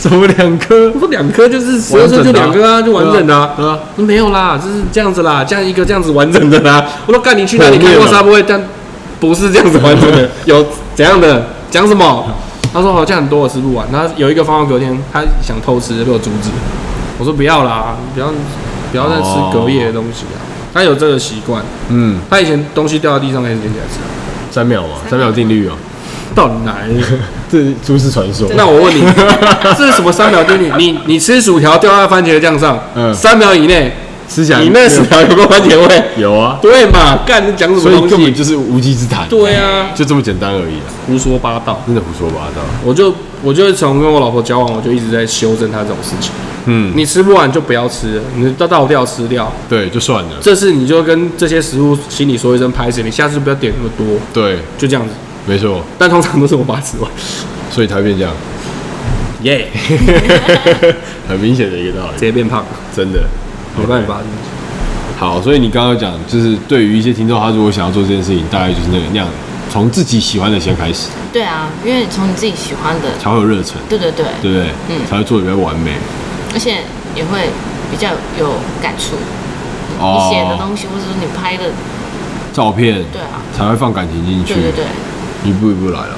S1: 怎么两颗
S2: 我？说两颗就是十二寸就两颗啊，就完整的、啊。
S1: 对啊，
S2: 说没有啦，就是这样子啦，这样一个这样子完整的啦。我说干你去哪里
S1: 毁
S2: 看
S1: 灭
S2: 过
S1: 了
S2: 沙不会，但不是这样子完整的， [laughs] 有怎样的讲什么？他说好像很多我吃不完，他啊有一个方案隔天他想偷吃被我阻止，我说不要啦，不要不要再吃隔夜的东西啊。他有这个习惯，
S1: 嗯，
S2: 他以前东西掉到地上开始捡起来吃啊，
S1: 三秒嘛，三秒定律哦，
S2: 到底哪来的？
S1: 这是都市传说。
S2: [laughs] 那我 [laughs] 问你，这是什么三秒定律？你你吃薯条掉在番茄酱上，
S1: 嗯
S2: 三秒以内
S1: 吃起来
S2: 你那薯条有个番茄味？
S1: 有啊，
S2: [laughs] 对嘛？干，你讲什
S1: [laughs] 所
S2: 么
S1: 以
S2: 东
S1: 根本
S2: 西？
S1: 就是无稽之谈。
S2: 对啊，
S1: 就这么简单而已啊，
S2: 胡说八道。
S1: 真的胡说八道。
S2: 我就我就从跟我老婆交往，我就一直在修正她这种事情。
S1: 嗯，
S2: 你吃不完就不要吃了，你倒倒掉吃掉。
S1: 对，就算了。
S2: 这次你就跟这些食物心里说一声拍死，你下次不要点那么多，
S1: 对，
S2: 就这样子。
S1: 没错，
S2: 但通常都是我把它吃完。
S1: 所以才会变这样，
S2: 耶， [laughs]
S1: 很明显的一个道
S2: 直
S1: 理，
S2: 接变胖，
S1: 真的。
S2: 没办法。
S1: 好，所以你刚刚讲，就是对于一些听众，他如果想要做这件事情，大概就是那个那样，从自己喜欢的先开始，
S3: 对啊，因为从你自己喜欢的，
S1: 才会有热忱，
S3: 对对对，
S1: 对不对？
S3: 嗯
S1: 才会做的比较完美。
S3: 而且也会比较有感触。你写的
S1: 哦，
S3: 东西，或者说你拍的，
S1: 照片
S3: 对啊，
S1: 才会放感情进去
S3: 对，对对，
S1: 一步一步来了。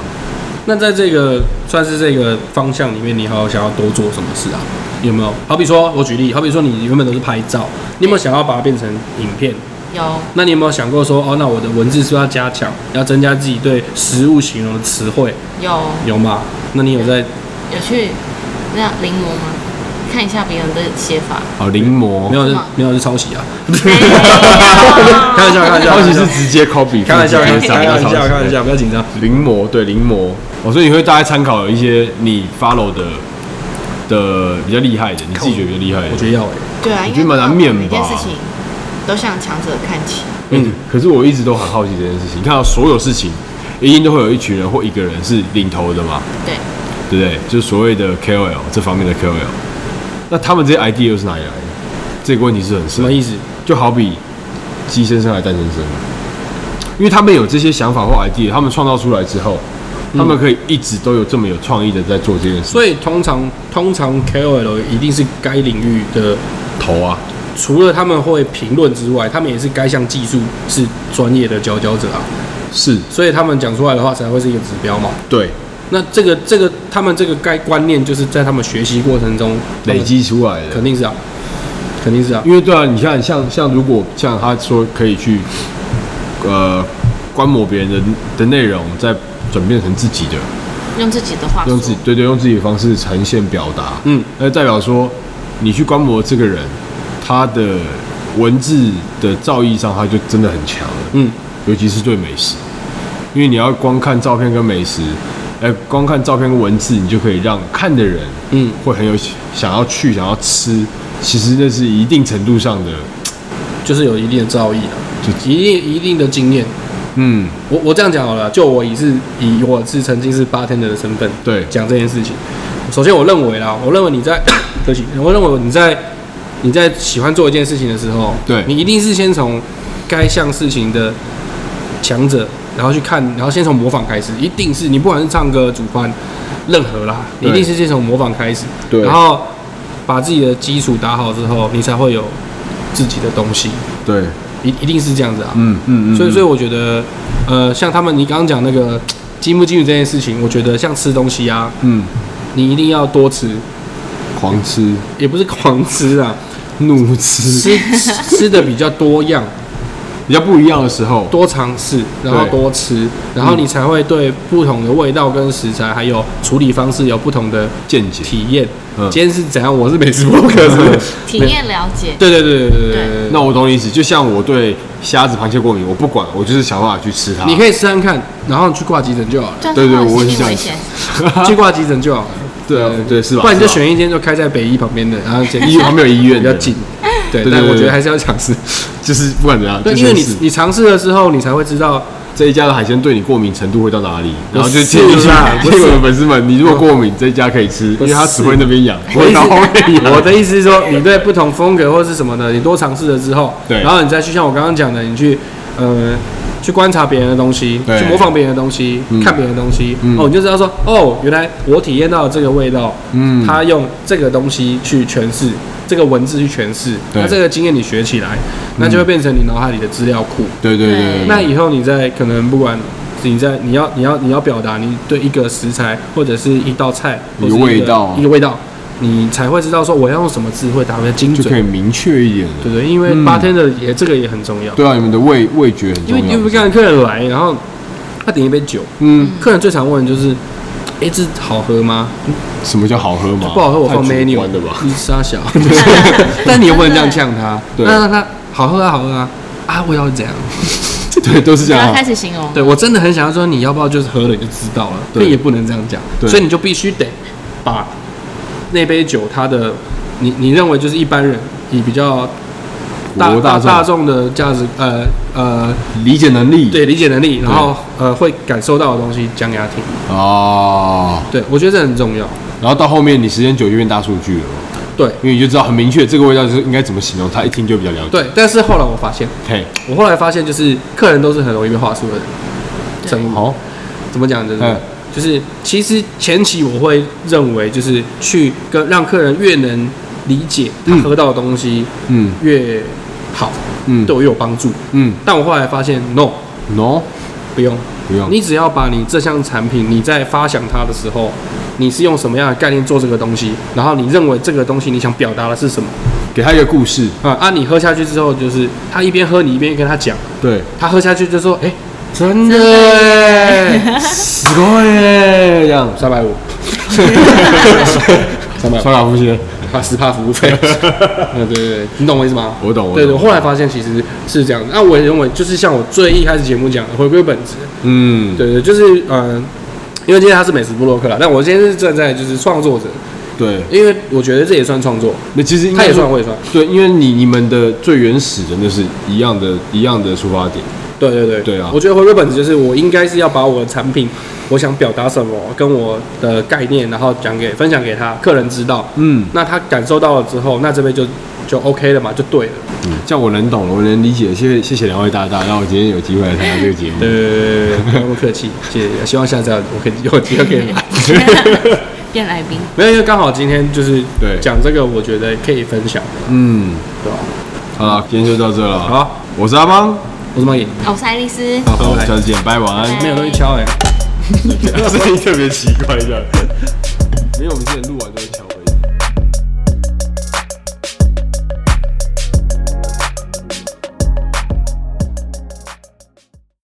S2: 那在这个算是这个方向里面，你还有想要多做什么事啊？有没有？好比说，我举例，好比说你原本都是拍照，你有没有想要把它变成影片？
S3: 有
S2: 那你有没有想过说，哦，那我的文字是不是要加强，要增加自己对食物形容的词汇，
S3: 有
S2: 有吗？那你有在
S3: 有去那临摹吗？看一下别人的写
S1: [laughs]
S3: 法，
S1: 好，哦临摹
S2: 没有
S3: 是
S2: 是
S3: 吗
S2: 没有是抄袭啊？
S1: [laughs]
S3: 没有
S2: 开玩笑，开玩笑，
S1: 抄袭是直接 copy，
S2: 开玩笑，开
S1: 复
S2: 玩
S1: 制
S2: 笑，
S1: 贴
S2: 开
S1: 上
S2: 玩笑，开玩。笑，不要紧张。
S1: 临摹对临摹，哦，所以你会大概参考一些你 follow 的的比较厉害的，你自己觉得比较厉害的。
S2: 我觉得要哎、
S3: 对啊，
S1: 我
S3: 因
S1: 觉得
S3: 为
S1: 蛮难免吧
S3: 每件事情都像强者看齐，
S1: 嗯，可是我一直都很好奇这件事情。你看到所有事情，一定都会有一群人或一个人是领头的嘛，
S3: 对，
S1: 对不对？就是所谓的 KOL 这方面的 KOL，那他们这些 idea 又是哪里来的？这个问题是很
S2: 什
S1: 深
S2: 么。意思？
S1: 就好比鸡先生来蛋先生，因为他们有这些想法或 idea，他们创造出来之后，他们可以一直都有这么有创意的在做这件事。
S2: 嗯所以通常通常 KOL 一定是该领域的，
S1: 头啊，
S2: 除了他们会评论之外，他们也是该项技术是专业的佼佼者啊，
S1: 是
S2: 所以他们讲出来的话才会是一个指标嘛。
S1: 对
S2: 那这个这个他们这个该观念就是在他们学习过程中
S1: 累，积出来
S2: 他们
S1: 的
S2: 肯。定是啊，肯定是啊，
S1: 因为对啊，你看，像像如果像他说可以去，呃，观摩别人的的内容，再转变成自己的，
S3: 用自己的话说
S1: 用自己对对，用自己的方式呈现表达，
S2: 嗯，
S1: 那代表说你去观摩这个人，他的文字的造诣上，他就真的很强了，
S2: 嗯，
S1: 尤其是对美食，因为你要光看照片跟美食，哎、光看照片跟文字，你就可以让看的人，
S2: 嗯，
S1: 会很有想要去想要吃，其实那是一定程度上的，
S2: 就是有一定的造诣啊，就一定一定的经验。
S1: 嗯，
S2: 我我这样讲好了啊，就我以是以我是曾经是 bartender 的身份，
S1: 对，
S2: 讲这件事情。首先，我认为啦，我认为你在， [coughs] 对不起，我认为你在你在喜欢做一件事情的时候，
S1: 对
S2: 你一定是先从该项事情的强者，然后去看，然后先从模仿开始，一定是你不管是唱歌、煮饭，任何啦，你
S1: 对
S2: 一定是先从模仿开始，
S1: 对
S2: 然后把自己的基础打好之后，你才会有自己的东西，
S1: 对，
S2: 一一定是这样子啊，
S1: 嗯嗯嗯，
S2: 所以，所以我觉得，呃，像他们你刚刚讲那个金不金鱼这件事情，我觉得像吃东西啊，
S1: 嗯，
S2: 你一定要多吃，
S1: 狂吃，
S2: 也不是狂吃啊，
S1: 怒吃，
S2: 吃吃的比较多
S1: [laughs]
S2: 样，
S1: 比较不一样的时候，
S2: 多尝试，然后多吃，
S1: 嗯
S2: 然后你才会对不同的味道跟食材还有处理方式有不同的
S1: 见解，
S2: 体验。
S1: 嗯
S2: 今天是怎样？我是美食博客，是不是？
S3: [laughs] 体验了解，
S2: 对对对对对对对。
S1: 那我懂你意思，就像我对虾子、螃蟹过敏，我不管，我就是想办法去吃它。
S2: 你可以试看看，然后去挂急诊就好了，
S3: 对
S1: 对对我
S3: 生
S1: 也是
S3: 命
S1: 这样
S3: 危
S1: 想
S3: 险，
S1: [laughs]
S2: 去挂急诊就好了。
S1: 对啊，对是吧？
S2: 不然你就是
S1: 吧
S2: 选一间就开在北医旁边的，然后 [laughs] 简
S1: 医旁边有医院
S2: 比较
S1: 的
S2: 近。对，
S1: 对
S2: 但
S1: 对
S2: 我觉
S1: 对
S2: 得还是要尝试。
S1: 就是不管怎样，
S2: 对，
S1: 就
S2: 因为你
S1: 是
S2: 你尝试了之后，你才会知道
S1: 这一家的海鲜对你过敏程度会到哪里，然后
S2: 不
S1: 就是建议
S2: 啦不
S1: 建
S2: 是
S1: 议我的粉丝们，你如果过敏，这一家可以吃，因为它只会那边痒，不
S2: 我的
S1: 会
S2: 意
S1: 到后面
S2: 思，
S1: 痒。
S2: 我的意思是说，你对不同风格或是什么的，你多尝试了之后，
S1: 对
S2: 然后你再去像我刚刚讲的，你去呃去观察别人的东西，
S1: 对
S2: 去模仿别人的东西，
S1: 嗯
S2: 看别人的东西，
S1: 嗯
S2: 哦，你就知道说，哦，原来我体验到的这个味道，
S1: 嗯
S2: 他用这个东西去诠释，这个文字去诠释，
S1: 对
S2: 那这个经验你学起来，那就会变成你脑海里的资料库。
S1: 对对对对，
S3: 对
S2: 那以后你在可能不管你在你要你要你要表达你对一个食材或者是一道菜
S1: 一个
S2: 或者是
S1: 味道啊
S2: 一个味道，你才会知道说我要用什么字会达到精
S1: 就可
S2: 准，
S1: 以明确一点了
S2: 对不对？因为
S1: 嗯
S2: bartender 也这个也很重要，
S1: 对啊，你们的味味觉很
S2: 因
S1: 重
S2: 为
S1: 要。
S2: 你不看客人来，然后他点一杯酒，
S1: 嗯，
S2: 客人最常问的就是。哎，这好喝吗？
S1: 什么叫好喝吗？
S2: 不好喝，我放
S1: 太主
S2: menu
S1: 观的吧？ [laughs]
S2: 你傻小，但你又不能这样呛他。
S1: 对
S2: 那让他好喝啊，好喝啊，啊，味道是怎样？
S1: 对，都是
S3: 不
S1: 这样
S3: 要
S1: 啊
S3: 开。始形容，
S2: 对我真的很想要说，你要不要就是喝了你就知道了，
S1: 对
S2: 但也不能这样讲，
S1: 对
S2: 所以你就必须得把那杯酒它的，你你认为就是一般人以比较大
S1: 国
S2: 大
S1: 大众
S2: 众的价值，呃呃，
S1: 理解能力
S2: 对理解能力，然后呃会感受到的东西讲给他听，
S1: 哦，
S2: 对我觉得这很重要，
S1: 然后到后面你时间久就变大数据了，
S2: 对
S1: 因为你就知道很明确这个味道就是应该怎么形容，他一听就比较了解。
S2: 对，但是后来我发现，
S1: 嘿，
S2: 我后来发现就是客人都是很容易被话术的人，
S3: 对
S2: 生物
S1: 好，
S2: 怎么讲？就是
S1: 嗯
S2: 就是，其实前期我会认为，就是去跟让客人越能理解他
S1: 嗯
S2: 喝到的东西
S1: 嗯
S2: 越好，
S1: 嗯，
S2: 对我越有帮助。
S1: 嗯
S2: 但我后来发现，no，
S1: ，no，
S2: 不用，
S1: 不用，
S2: 你只要把你这项产品你在发想它的时候，你是用什么样的概念做这个东西，然后你认为这个东西你想表达的是什么
S1: 给他一个故事，
S2: 啊？啊，你喝下去之后，就是他一边喝，你一边跟他讲，
S1: 对，
S2: 他喝下去就说，哎、真的 [laughs] 耶，
S1: すごい耶，这样，
S2: 三百五，三百五。
S1: 川老夫先，
S2: 他十趴服
S1: [laughs]
S2: 务费。嗯，对对对，你懂我意思吗？
S1: 我懂我懂
S2: 对对，我后来发现其实是这样。那我也认为就是像我最一开始节目讲的，回归本质。
S1: 嗯，
S2: 对对，就是嗯、呃因为今天他是美食部落客啦，但我今天是站在就是创作者
S1: 对，
S2: 因为我觉得这也算创作，
S1: 那其实应
S2: 他
S1: 该
S2: 也
S1: 说
S2: 算，我也算，
S1: 对，因为你你们的最原始的那是一样的，一样的出发点，
S2: 对对对，
S1: 对啊
S2: 我觉得回归本质就是我应该是要把我的产品，我想表达什么，跟我的概念，然后讲给分享给他客人知道，
S1: 嗯，
S2: 那他感受到了之后，那这边就就 OK 了嘛，就对了。
S1: 嗯这样我能懂了，我能理解，谢谢谢谢两位大大，让我今天有机会来参加这个节目。
S2: 对对对对对， [laughs] 不用客气，谢谢。希望下次我可以有机会可以来。 [laughs]
S3: 变来宾，
S2: 没有，因为刚好今天就是
S1: 对
S2: 讲这个，我觉得可以分享，
S1: 嗯，
S2: 对吧？
S1: 好了，今天就到这了。，
S2: 好，
S1: 我是阿邦，
S2: 我是马颖，
S3: 哦，赛丽丝，
S1: 好，
S2: 好，拜
S1: 我们
S2: 拜
S1: 下。次见，拜晚安。
S2: 没有东西敲哎、
S1: 声音特别奇怪这样，没有，我们之前录完都会敲。